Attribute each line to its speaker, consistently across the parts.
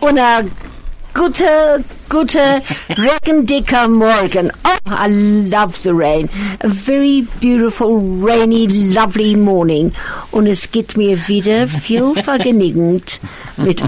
Speaker 1: wunderschöner, guter, guter, regendicker Morgen. Oh, I love the rain. A very beautiful, rainy, lovely morning. Und es geht mir wieder viel vergnügend, mit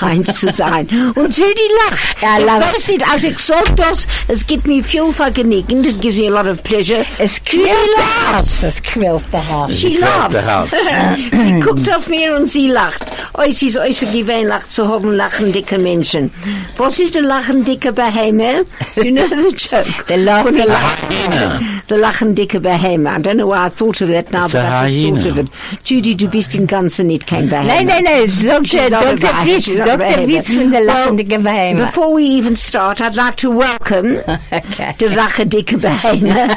Speaker 1: Heim zu sein. Und Judy lacht.
Speaker 2: I
Speaker 1: Ich
Speaker 2: love it.
Speaker 1: weiß nicht, als ich sage das, es gibt mir viel vergnügend. It gives me a lot of pleasure.
Speaker 2: Es
Speaker 1: Judy
Speaker 2: quillt der
Speaker 1: lacht.
Speaker 2: Haus. Es quillt der Haus.
Speaker 1: Sie lacht.
Speaker 3: Crowd the house.
Speaker 1: sie guckt auf mir und sie lacht. Es ist äußerst gewöhnlich zu haben lachen dicke Menschen. Was ist der lachen dicke Beheime? You know the joke.
Speaker 2: Der lachen-
Speaker 1: Von der lachen, der lachen dicke Beheime. I don't know why I thought of that now,
Speaker 3: It's
Speaker 1: but
Speaker 3: a
Speaker 1: I just thought of
Speaker 3: hyena.
Speaker 1: it. Judy, du bist im Ganzen nicht kein Beheime.
Speaker 2: Nein, nein, nein, Dr.
Speaker 1: She's not a
Speaker 2: Dr.
Speaker 1: behemoth.
Speaker 2: Witz,
Speaker 1: She's not a
Speaker 2: Dr.
Speaker 1: behemoth.
Speaker 2: Witz von der lachende
Speaker 1: Well,
Speaker 2: Geheime.
Speaker 1: Before we even start, I'd like to welcome
Speaker 2: Okay.
Speaker 1: the lachen dicke Beheime.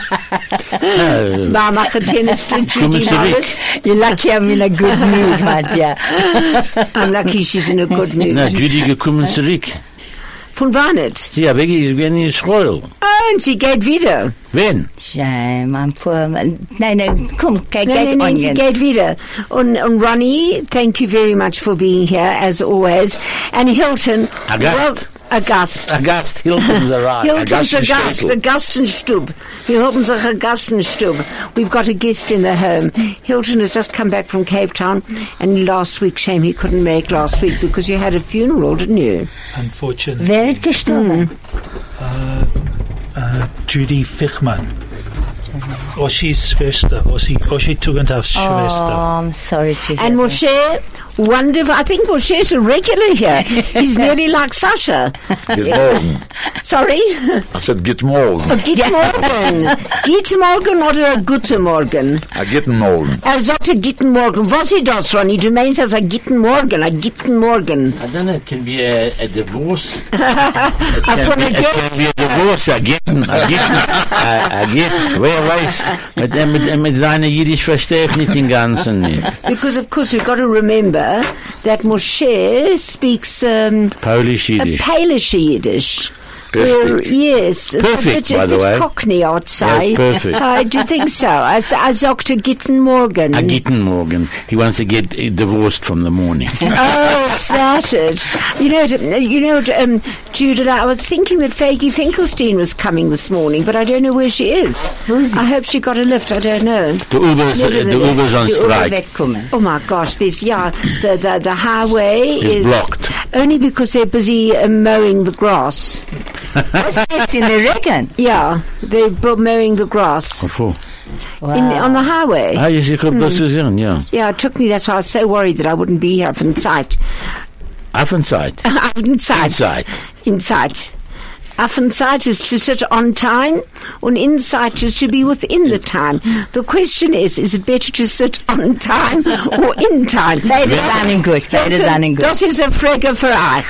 Speaker 3: No.
Speaker 1: War machen Tennis to Judy
Speaker 3: Kommen zurück.
Speaker 1: Moritz.
Speaker 2: You're lucky I'm in a good mood, my dear.
Speaker 1: I'm lucky she's in a good mood.
Speaker 3: Na, Judy gekommen zurück.
Speaker 1: Von wann nicht?
Speaker 3: Sie hat weg, ich bin in Israel.
Speaker 1: Ah, und sie geht wieder.
Speaker 3: Wen?
Speaker 2: Shame, I'm poor. man. Nein, nein, komm, geh,
Speaker 1: Nein,
Speaker 2: geh,
Speaker 1: nein, nein, sie
Speaker 2: Onion.
Speaker 1: geht wieder. Und, und Ronnie, thank you very much for being here, as always. And Hilton.
Speaker 3: A Gast.
Speaker 1: a Gast.
Speaker 3: A Gast Hilton's arrived.
Speaker 1: Hilton's a
Speaker 3: in
Speaker 1: Gast, a
Speaker 3: Shtetl.
Speaker 1: Gastenstub. Hilton's a Gastenstub. We've got a guest in the home. Hilton has just come back from Cape Town, and last week, shame he couldn't make last week because you had a funeral, didn't you?
Speaker 4: Unfortunately,
Speaker 2: Wer
Speaker 1: Hmm,
Speaker 2: ist gestorben?
Speaker 4: Uh, Judy Fichman. Oshis Schwester. Oshi, Oshi Tugendhav's
Speaker 2: Oh,
Speaker 4: Schwester.
Speaker 2: I'm sorry to hear
Speaker 1: And
Speaker 2: that.
Speaker 1: Moshe, wonderful. I think Moshe's a regular here. He's nearly like Sasha.
Speaker 5: Good morning.
Speaker 1: Sorry?
Speaker 5: I said, good morning.
Speaker 1: Guten Morgen. Guten Morgen oder Guten Morgen?
Speaker 5: I get morgen.
Speaker 1: Er sagte Guten Morgen. Was ist das, Ronny? Du meinst, er sagt Guten Morgen, ein Guten Morgen.
Speaker 3: I don't know, it can be a, a divorce. it
Speaker 1: I
Speaker 3: can, be,
Speaker 1: forget.
Speaker 3: it can be a divorce again, again, uh, again. Wer weiß, mit, dem- mit, mit seiner Jiddisch verstehe ich nicht den Ganzen nicht.
Speaker 1: Because, of course, we've got to remember that Moshe speaks um, a
Speaker 3: Polish-Jiddisch.
Speaker 1: Polish Yiddish.
Speaker 5: Perfect.
Speaker 1: Where- yes, it's a
Speaker 3: Perfect,
Speaker 1: bit, a
Speaker 3: by the
Speaker 1: bit
Speaker 3: way.
Speaker 1: Cockney, I'd say.
Speaker 3: Yes, perfect.
Speaker 1: I do think so. I, s- I sagte Guten Morgen.
Speaker 3: A Gitten morgen. He wants to get uh, divorced from the morning.
Speaker 1: Oh, it's that it. You know, d- you know, d- um, Judith. I was thinking that Fagie Finkelstein was coming this morning, but I don't know where she is. I hope she got a lift. I don't know.
Speaker 3: The Uber's, uh, the Uber's on
Speaker 2: Die Uhr
Speaker 3: strike.
Speaker 2: wegkommen.
Speaker 1: Oh my gosh! This yeah, the the, the highway is
Speaker 3: It's blocked.
Speaker 1: only because they're busy uh, mowing the grass.
Speaker 2: Was ist in der Regen?
Speaker 1: Yeah, they're bu- mowing the grass
Speaker 3: Wovor? Oh.
Speaker 2: Wow.
Speaker 1: in, on the highway.
Speaker 3: Ah, yes, ich hab das gesehen, ja.
Speaker 1: yeah, it took me. That's why I was so worried that I wouldn't be here from sight.
Speaker 3: Affenzeit.
Speaker 1: Inside.
Speaker 3: Zeit.
Speaker 1: Insight. Offenside is to sit on time, and insight is to be within the time. The question is, is it better to sit on time or in time?
Speaker 2: Beide sind gut, beide sind gut.
Speaker 1: Das ist eine Frage für euch.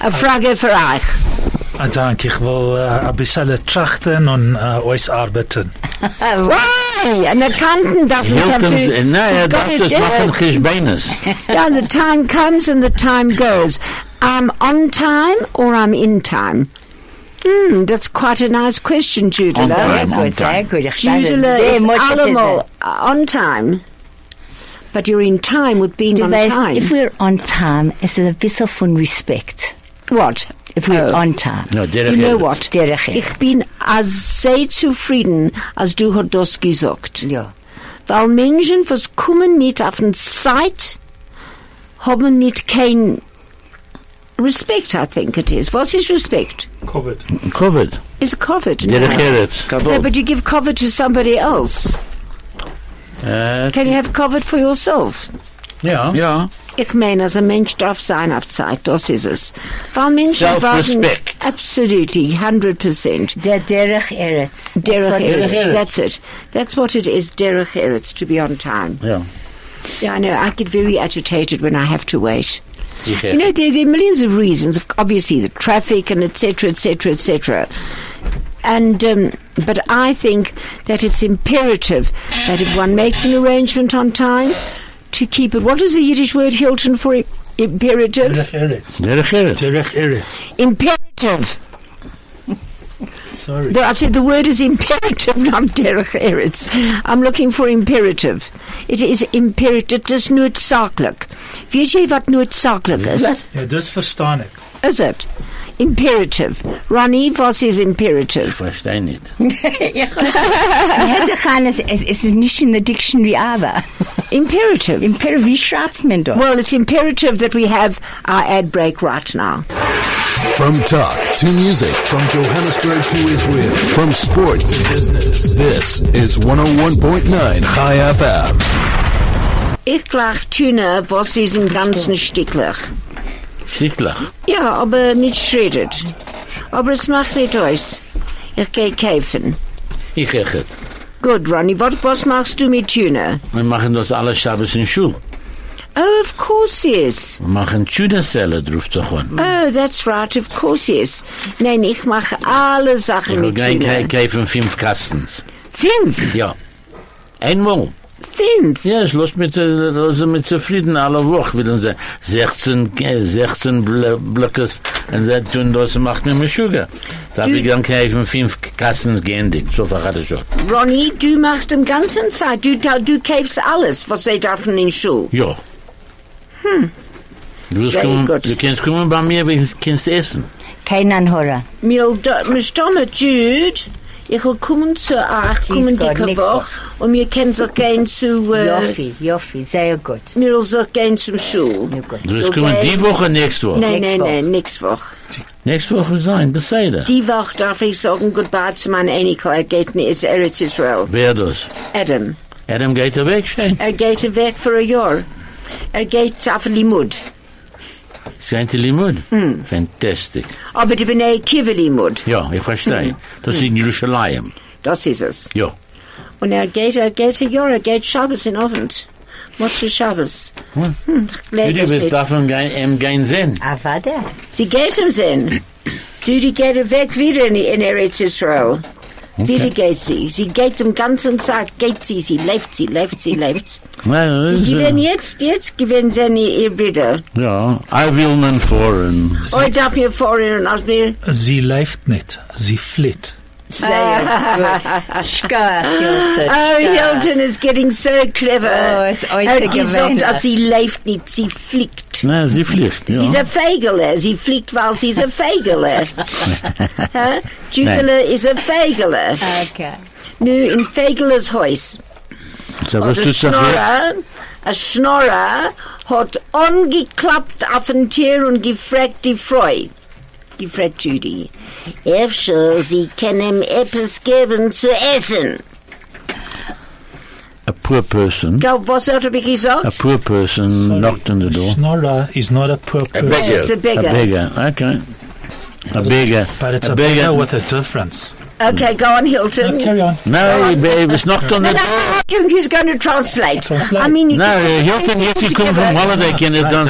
Speaker 1: Eine Frage für euch.
Speaker 4: Ah, danke. Ich will äh, ein bisschen trachten und äh, euch arbeiten.
Speaker 1: Why? An accountant doesn't have
Speaker 3: Hilton's,
Speaker 1: to...
Speaker 3: äh, nein, er
Speaker 1: He's got
Speaker 3: darf
Speaker 1: it,
Speaker 3: das machen,
Speaker 1: uh,
Speaker 3: Chishbeines.
Speaker 1: yeah, the time comes and the time goes. I'm on time or I'm in time? Hmm, that's quite a nice question, Judith.
Speaker 3: On
Speaker 1: eh?
Speaker 2: Sehr
Speaker 3: time, on
Speaker 2: gut, sehr
Speaker 3: time.
Speaker 2: gut. Ich
Speaker 1: Judele
Speaker 2: sehr
Speaker 1: is
Speaker 2: much is
Speaker 1: allemaal
Speaker 2: it.
Speaker 1: uh, on time. But you're in time with being
Speaker 2: Du
Speaker 1: on
Speaker 2: weißt,
Speaker 1: time.
Speaker 2: if we're on time, es ist ein bisschen von Respekt.
Speaker 1: what?
Speaker 2: If we're
Speaker 1: Oh.
Speaker 2: on time.
Speaker 3: No, Derek
Speaker 1: You know
Speaker 3: Evans.
Speaker 1: what?
Speaker 2: Der Rechen.
Speaker 1: Ich bin als sehr zufrieden, als du hast das gesagt.
Speaker 2: Ja.
Speaker 1: Weil Menschen, was kommen nicht auf den Zeit, haben nicht kein Respekt, I think it is. Was ist Respekt?
Speaker 4: Covid.
Speaker 3: Covid.
Speaker 1: Is COVID?
Speaker 3: Der
Speaker 1: No.
Speaker 3: Gerets.
Speaker 1: No, but you give COVID to somebody else.
Speaker 3: Äh,
Speaker 1: Can you have COVID for yourself?
Speaker 3: ja.
Speaker 5: Ja.
Speaker 1: Ich meine, also Mensch darf sein auf Zeit, das ist es. Weil Menschen
Speaker 3: Self-respect.
Speaker 1: warten- Absolutely, 100%.
Speaker 2: Der Derech Eretz.
Speaker 1: Derech Eretz,
Speaker 3: Eretz.
Speaker 1: that's it. That's what it is, Derech Eretz, to be on time.
Speaker 3: Ja.
Speaker 1: Yeah, I know, I get very agitated when I have to wait.
Speaker 3: Sicher.
Speaker 1: You know, there, there are millions of reasons, of obviously the traffic and etc., etc., etc. And um, but I think that it's imperative that if one makes an arrangement on time, to keep it. What is the Yiddish word Hilton for i- imperative?
Speaker 4: Derech Eretz.
Speaker 3: Der Gerets.
Speaker 4: Derech Eretz.
Speaker 1: Imperative.
Speaker 4: Sorry.
Speaker 1: The- I said the word is imperative, not derech eretz. I'm looking for imperative. It is imperative. It is not saklik. Weet je wat noodzakelijk is?
Speaker 4: Ja, dis verstaan ek.
Speaker 1: Is het? Imperative. Ronnie, wat is imperative?
Speaker 3: Verstehe nicht.
Speaker 2: hätte gaan, es, es, es ist nicht in the dictionary, aber.
Speaker 1: Imperative.
Speaker 2: Imperial, wie schreibt man doch?
Speaker 1: Well, it's imperative that we have our ad break right now.
Speaker 6: From talk to music, from Johannesburg to Israel, from sport to business. This is 101.9 High FM.
Speaker 1: Ich gleich tüne, was ist im ganzen Stücklich.
Speaker 3: Schicklich.
Speaker 1: Ja, aber nicht shredded. Aber es macht nicht aus. Ich gehe kaufen.
Speaker 3: Ich hecht.
Speaker 1: Gut, Ronnie, was, was machst du mit Tuna?
Speaker 3: Wir machen das alles Schabes in Schuh.
Speaker 1: Oh, of course, yes.
Speaker 3: Wir machen Tuna-Selle drauf zu kommen.
Speaker 1: Oh, that's right, of course, yes. Nein, ich mache alle
Speaker 3: Ich
Speaker 1: Sachen
Speaker 3: will
Speaker 1: mit
Speaker 3: gehen
Speaker 1: Tuna.
Speaker 3: ke- kaufen fünf Kastens.
Speaker 1: Fünf,
Speaker 3: Ja. Einmal.
Speaker 1: fünf.
Speaker 3: Ja, ich lasse mich, äh, lass mich zufrieden alle Woche, willen sie. 16, äh, 16 Bl Blöckes, und sie tun das, macht mir mit Sugar. Da hab ich dann kaufen fünf Kassen geendigt. So verrat ich schon.
Speaker 1: Ronnie, du machst den ganzen Zeit, du, ta- du kaufst alles, was sie dürfen in Schule.
Speaker 3: Ja. Hm. Du, wirst
Speaker 1: Very
Speaker 3: kommen,
Speaker 1: good.
Speaker 3: du kannst kommen bei mir, wenn du kannst essen.
Speaker 2: Kein Anhörer.
Speaker 1: Mir da- mir stammt Jude, ich will kommen zu euch, kommen
Speaker 2: Gott,
Speaker 1: dicke
Speaker 2: nächste
Speaker 1: Woche, und wir können so gehen zu, äh,
Speaker 2: Joffi, Joffi, sehr gut.
Speaker 1: wir will so gehen zum Schule.
Speaker 2: Sehr gut.
Speaker 3: Du wirst
Speaker 1: Okay.
Speaker 3: kommen die Woche, nächste Woche.
Speaker 1: Nein, nein,
Speaker 2: Nächste Woche.
Speaker 1: nein, nächste Woche.
Speaker 3: Nächste Woche sein, beseide.
Speaker 1: Die Woche darf ich sagen Goodbye zu meinem Enkel. Er geht in is- er ist Israel.
Speaker 3: Wer das?
Speaker 1: Adam.
Speaker 3: Adam geht er weg, Shane.
Speaker 1: Er geht weg für ein Jahr. Er geht auf Limud.
Speaker 3: Sein Limud. Hm. Fantastic.
Speaker 1: Aber die Bnei Kiva Limud.
Speaker 3: Ja, ich verstehe. Das ist in Jerusalem.
Speaker 1: Das ist es.
Speaker 3: Ja.
Speaker 1: Und er geht, er geht ein Jahr. Er geht Schabbos in Abend. Motze Schabbos.
Speaker 3: Hm.
Speaker 1: Hm, ich glaub
Speaker 3: Du
Speaker 1: es
Speaker 3: bist
Speaker 1: nicht.
Speaker 3: davon kein, ähm, kein Sinn.
Speaker 2: Ah, warte.
Speaker 1: Sie geht ihm sehen. Judy geht er weg wieder in, in Eretz Israel. Wieder geht sie. Sie geht den ganzen Tag, geht sie, sie läuft, sie läuft, sie läuft. Sie
Speaker 3: Well, das ist,
Speaker 1: gewinnen
Speaker 3: äh,
Speaker 1: jetzt, jetzt gewinnen sie ihr Brüder.
Speaker 3: ja, I will not foreign.
Speaker 1: Heute darf mir vorhin als mir
Speaker 4: Sie leeft net. Sie flit.
Speaker 2: Sehr gut. Schkar, Hilton.
Speaker 1: Oh, Hilton is getting so clever.
Speaker 2: Oh, is ooit
Speaker 1: Er
Speaker 2: te
Speaker 1: gesagt,
Speaker 2: gewinnen.
Speaker 1: als sie leeft nicht, sie fliegt.
Speaker 3: Na, sie fliegt,
Speaker 1: Sie ist
Speaker 3: ja.
Speaker 1: ein Fegele. Sie fliegt, weil sie ist ein Fegele. Hä? Jugele is ein Fegele.
Speaker 2: Okay.
Speaker 1: Nu in Fegeles Haus.
Speaker 3: So
Speaker 1: Und
Speaker 3: wirst du
Speaker 1: ein
Speaker 3: zerfliegt.
Speaker 1: Schnorrer, ein Schnorrer hat angeklappt auf den Tier und gefragt die Frau, die fragt Judy, Efsche, sie können ihm etwas geben zu essen.
Speaker 3: A poor person.
Speaker 1: Glaub, was hat er mir
Speaker 3: A
Speaker 1: gesagt?
Speaker 3: poor person knocked on the door.
Speaker 4: Snorra is not a poor person.
Speaker 5: beggar.
Speaker 1: It's a
Speaker 3: A
Speaker 1: beggar.
Speaker 3: beggar, okay. A beggar.
Speaker 4: But it's a,
Speaker 3: a
Speaker 4: beggar
Speaker 3: beggar.
Speaker 4: with a difference.
Speaker 1: Okay, go on, Hilton.
Speaker 4: Carry on.
Speaker 3: No, babe, it's knocked on the
Speaker 1: And
Speaker 3: door.
Speaker 1: I think he's going to translate.
Speaker 4: Translate.
Speaker 1: I mean, you
Speaker 3: No,
Speaker 1: can-
Speaker 3: uh, Hilton, yes, you come from holiday, can it
Speaker 4: Right, okay, I'm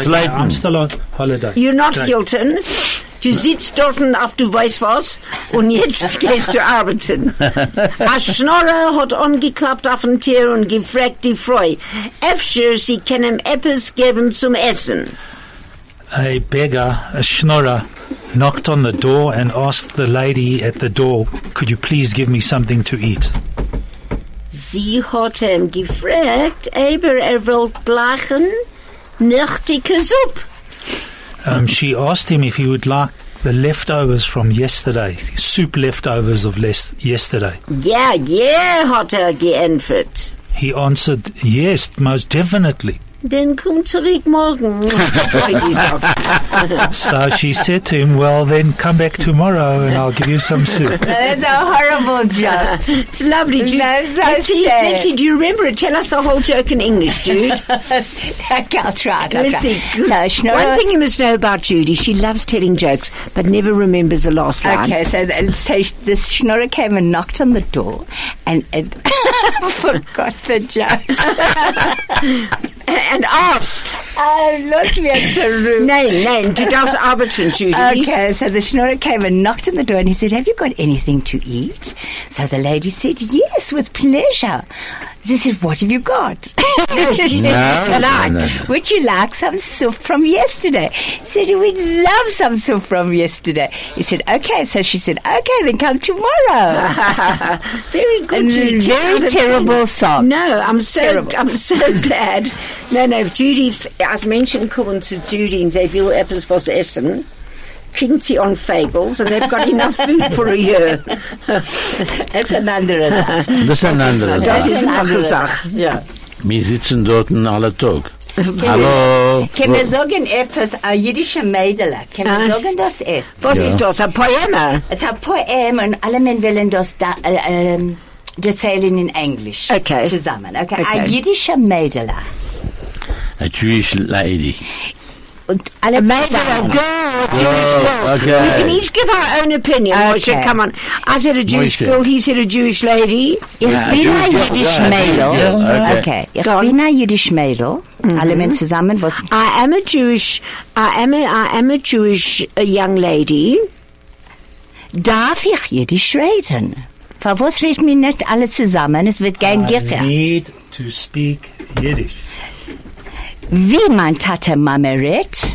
Speaker 3: translate?
Speaker 4: still on holiday.
Speaker 1: You're not
Speaker 4: Okay.
Speaker 1: Hilton. Du sitzt dort auf du weißt was und jetzt gehst du arbeiten. Ein Schnorrer hat angeklappt auf den Tier und gefragt die Frau, öfter sie können etwas geben zum Essen.
Speaker 4: A beggar, a schnorrer, knocked on the door and asked the lady at the door, could you please give me something to eat?
Speaker 1: Sie hat ihm gefragt, aber er will gleichen nächtige Suppe.
Speaker 4: Um, she asked him if he would like the leftovers from yesterday, soup leftovers of les- yesterday.
Speaker 1: Ja, ja, hat er geantwortet.
Speaker 4: He answered, yes, most definitely.
Speaker 1: Dann komm zurück morgen. Freude ist auf.
Speaker 4: So she said to him, well, then come back tomorrow and I'll give you some soup.
Speaker 2: That's a Äh, horrible joke.
Speaker 1: It's lovely, Jude.
Speaker 2: That's so
Speaker 1: Betsy,
Speaker 2: sad.
Speaker 1: Betsy, do you remember it? Tell us the whole joke in English, Jude.
Speaker 2: okay, I'll try it. I'll try.
Speaker 1: Betsy,
Speaker 2: So, Schnorra.
Speaker 1: One thing you must know about Judy, she loves telling jokes, but never remembers the last line.
Speaker 2: Okay, so, th- so sh- this schnorrer came and knocked on the door and, and forgot the joke.
Speaker 1: And asked.
Speaker 2: I lost me at the room.
Speaker 1: Name, name. Du darfst arbeiten, Judy.
Speaker 2: Okay, so the schnorrer came and knocked on the door and he said, Have you got anything to eat? So the lady said, Yes, with pleasure. This is what have you got?
Speaker 1: she
Speaker 3: said,
Speaker 2: Would you like-
Speaker 3: no, no.
Speaker 2: Would you like some soup from yesterday? She said, We'd love some soup from yesterday. He said, Okay. So she said, Okay, then come tomorrow.
Speaker 1: Very good.
Speaker 2: And
Speaker 1: you
Speaker 2: very
Speaker 1: tell
Speaker 2: terrible
Speaker 1: them.
Speaker 2: song.
Speaker 1: No, I'm so
Speaker 2: Terrible.
Speaker 1: I'm so glad. No, no, Judy's as mentioned kommen zu Judy and they will etwas was essen. Kriegen sie on Fagels and they've got enough food for a year.
Speaker 2: That's another one.
Speaker 3: Das ist eine andere
Speaker 1: Das
Speaker 3: Sache.
Speaker 1: ist eine andere Sache.
Speaker 2: Yeah.
Speaker 3: Wir sitzen dort alle Tag. Hallo.
Speaker 2: Can we sagen etwas, a jüdische Mädel? Can we
Speaker 1: Ah.
Speaker 2: sagen das erst?
Speaker 1: Was
Speaker 3: Ja.
Speaker 1: ist das? Ein Poema?
Speaker 2: Es hat Poem und alle Menschen wollen das da, äh, ähm, erzählen in Englisch.
Speaker 1: Okay.
Speaker 2: Zusammen. Okay. Ah,
Speaker 1: Okay.
Speaker 2: Ein jüdischer Mädela.
Speaker 3: A Jewish lady.
Speaker 2: Und alle
Speaker 1: A made a
Speaker 2: zusammen.
Speaker 1: girl, a Jewish girl.
Speaker 3: Girl, Oh, okay.
Speaker 1: We can each give our own opinion. Moshe,
Speaker 2: Okay.
Speaker 1: come on. I said a Jewish
Speaker 3: Moshe.
Speaker 1: girl, he said a Jewish lady.
Speaker 2: Ich
Speaker 3: Ja,
Speaker 2: bin
Speaker 3: Jewish
Speaker 2: ein
Speaker 3: girl,
Speaker 2: jüdisch
Speaker 3: ja, Jewish girl,
Speaker 2: Mädel.
Speaker 3: okay.
Speaker 2: Okay. Ich
Speaker 1: Dann-
Speaker 2: bin ein jüdisch Mädel.
Speaker 1: Mhm.
Speaker 2: Alle Menschen zusammen, was
Speaker 1: I am a Jewish, I am a, I am a Jewish uh, young lady.
Speaker 2: darf ich jüdisch reden? Für was reden wir nicht alle zusammen? Es wird kein
Speaker 4: I
Speaker 2: Gitter.
Speaker 4: need to speak Yiddish.
Speaker 2: Wie mein Tate Mama redet?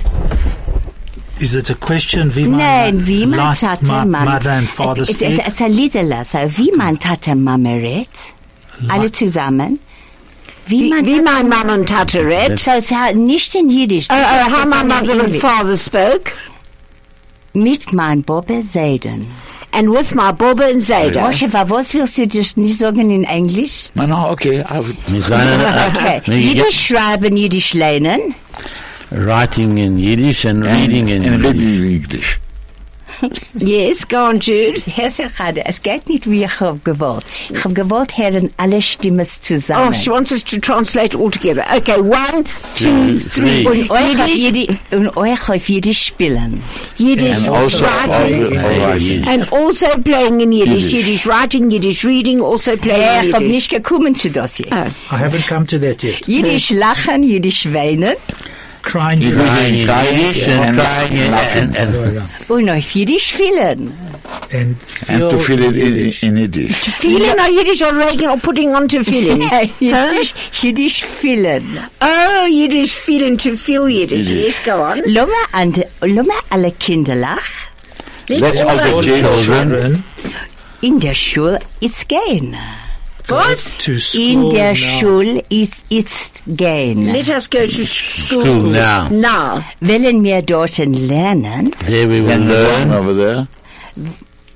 Speaker 4: Is it a question? Wie man-
Speaker 2: Nein, wie mein
Speaker 4: like
Speaker 2: Tate
Speaker 4: my
Speaker 2: Mama.
Speaker 4: mother and father
Speaker 2: Es es-
Speaker 4: speak?
Speaker 2: es ist ein Liederler. so Wie mein Tate Mama redet? Alle zusammen. Wie mein
Speaker 1: Wie my
Speaker 2: Tate-
Speaker 1: mum and Tata read.
Speaker 2: So, es hat nicht in Jiddisch.
Speaker 1: Oh, oh, how my
Speaker 2: sondern in
Speaker 1: mother and
Speaker 2: Englisch.
Speaker 1: father spoke,
Speaker 2: Mit mein Bobbe Seiden.
Speaker 1: and with my Baba and Zayda.
Speaker 2: Moshe, wa- was willst du das nicht sagen in Englisch?
Speaker 5: Man, oh, okay. I've,
Speaker 3: Wir sind
Speaker 2: Okay.
Speaker 3: Nee,
Speaker 2: Jiddisch schreiben, Jiddisch lernen.
Speaker 3: writing in Yiddish and reading in
Speaker 5: and
Speaker 3: Yiddish.
Speaker 5: reading in English.
Speaker 1: Yes, go on, Jude.
Speaker 2: Herr Sechade, es geht nicht, wie ich habe gewollt. Ich habe gewollt, hören alle Stimmen
Speaker 1: Oh,
Speaker 2: zusammen.
Speaker 1: she wants us to translate all together. Okay, one, two,
Speaker 3: Two,
Speaker 1: three.
Speaker 3: three.
Speaker 2: und, euch auf
Speaker 1: Yiddish,
Speaker 2: Jiddisch, und euch auf Jiddisch spielen.
Speaker 1: Yiddish,
Speaker 5: And also,
Speaker 1: writing,
Speaker 5: also,
Speaker 3: Reading
Speaker 5: alright.
Speaker 3: Yiddish.
Speaker 1: and also playing in Yiddish.
Speaker 5: Yiddish.
Speaker 1: Yiddish writing, Yiddish reading, also
Speaker 2: Äh,
Speaker 1: playing
Speaker 2: ich habe
Speaker 1: in Yiddish.
Speaker 2: nicht gekommen zu das jetzt.
Speaker 1: Ah.
Speaker 4: I haven't come to that yet.
Speaker 2: Jiddisch lachen, Jiddish weinen.
Speaker 4: Crying
Speaker 3: Crying in
Speaker 5: Crying in
Speaker 3: Yiddish
Speaker 5: Yiddish
Speaker 3: and
Speaker 5: and
Speaker 3: crying in and, and, and
Speaker 2: Und auf Jiddisch spielen.
Speaker 4: and
Speaker 5: And to feel it in, in Yiddish.
Speaker 1: Tefillin or Yiddish or Reagan or putting on tefillin?
Speaker 2: Jiddisch, Jiddisch spielen.
Speaker 1: oh, Yiddish feeling to feel Yiddish.
Speaker 5: Yiddish.
Speaker 1: Yes, go on.
Speaker 2: Lass mal an de- lass mal alle Kinder lach.
Speaker 5: Let's all the children
Speaker 4: children
Speaker 2: In der Schule ist gehen.
Speaker 1: Boss,
Speaker 4: to school
Speaker 2: In der
Speaker 4: now.
Speaker 2: Schule ist ist gehen.
Speaker 1: let us go to sh- school,
Speaker 3: School now.
Speaker 1: Now.
Speaker 2: Wollen wir dort lernen,
Speaker 3: there we will
Speaker 5: and learn
Speaker 3: learn.
Speaker 5: over there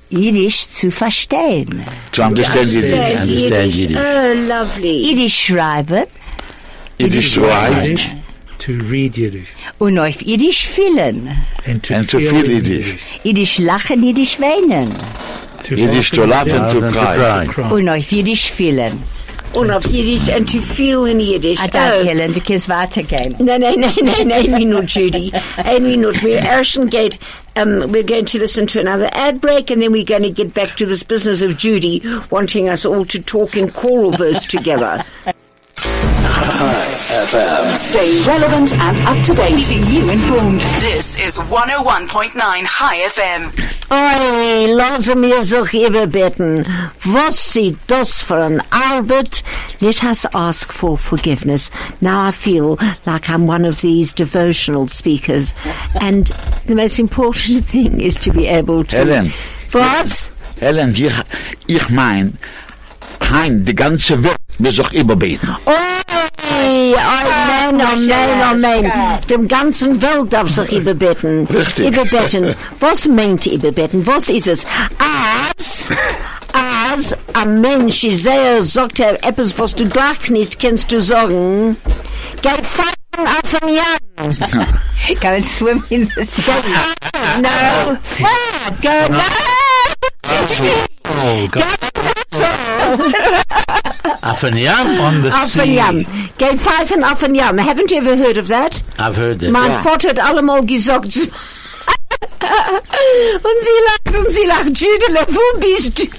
Speaker 2: Jiddisch zu verstehen.
Speaker 5: to understand Yiddish.
Speaker 1: Understand
Speaker 3: Understand
Speaker 1: Yiddish.
Speaker 3: Yiddish.
Speaker 1: Oh, lovely.
Speaker 2: Jiddisch schreiben
Speaker 5: Yiddish right
Speaker 4: Yiddish, to read Yiddish
Speaker 2: und auf Jiddisch fühlen.
Speaker 4: and to
Speaker 5: and to
Speaker 4: feel,
Speaker 5: feel
Speaker 4: in
Speaker 5: Yiddish.
Speaker 2: Jiddisch lachen, Jiddish weinen.
Speaker 4: To
Speaker 5: Yiddish to
Speaker 4: in
Speaker 5: laugh and
Speaker 3: Laugh
Speaker 5: to
Speaker 3: and to
Speaker 5: cry.
Speaker 3: cry.
Speaker 4: Yiddish. Cry.
Speaker 2: Und auf Jiddisch fühlen.
Speaker 1: All of Yiddish and to feel in Yiddish.
Speaker 2: Ah, da,
Speaker 1: Oh.
Speaker 2: Helen, du kannst weitergehen.
Speaker 1: No, no, no, no, no, we not, Judy. Amy not. We're Arishan Gate. Um, we're going to listen to another ad break and then we're going to get back to this business of Judy wanting us all to talk in choral verse together.
Speaker 7: Stay relevant and up to date.
Speaker 2: Keeping you informed.
Speaker 8: This is 101.9 High FM.
Speaker 1: Oi, lass mir sich überbitten. Was sie das für an Arbeit? Let us ask for forgiveness. Now I feel like I'm one of these devotional speakers. And the most important thing is to be able to...
Speaker 5: Helen.
Speaker 1: Was?
Speaker 5: Helen, ich, ich mein, hein, die ganze Welt muss auch überbeten.
Speaker 1: Oi, Amen, Amen, Amen. oh, Dem ganzen Welt darf sich überbeten.
Speaker 5: Richtig.
Speaker 1: Überbeten. Was meint überbeten? Was ist es? Als, als ein Mensch ist sehr, sagt er etwas, was du gleich nicht kannst du sagen. Geh fangen auf den Jan.
Speaker 2: Ich kann swim in
Speaker 1: Geh
Speaker 2: the sea.
Speaker 1: fangen. No. Ah, Geh
Speaker 4: Oh, God.
Speaker 3: Auf and yam.
Speaker 4: On the
Speaker 1: auf den
Speaker 4: sea.
Speaker 1: Jan. Geh pfeifen auf den Jan. Haven't you ever heard of that?
Speaker 3: I've heard that.
Speaker 1: Mein Vater hat allemal gesagt. und sie lacht und sie lacht. Judele, wo bist du?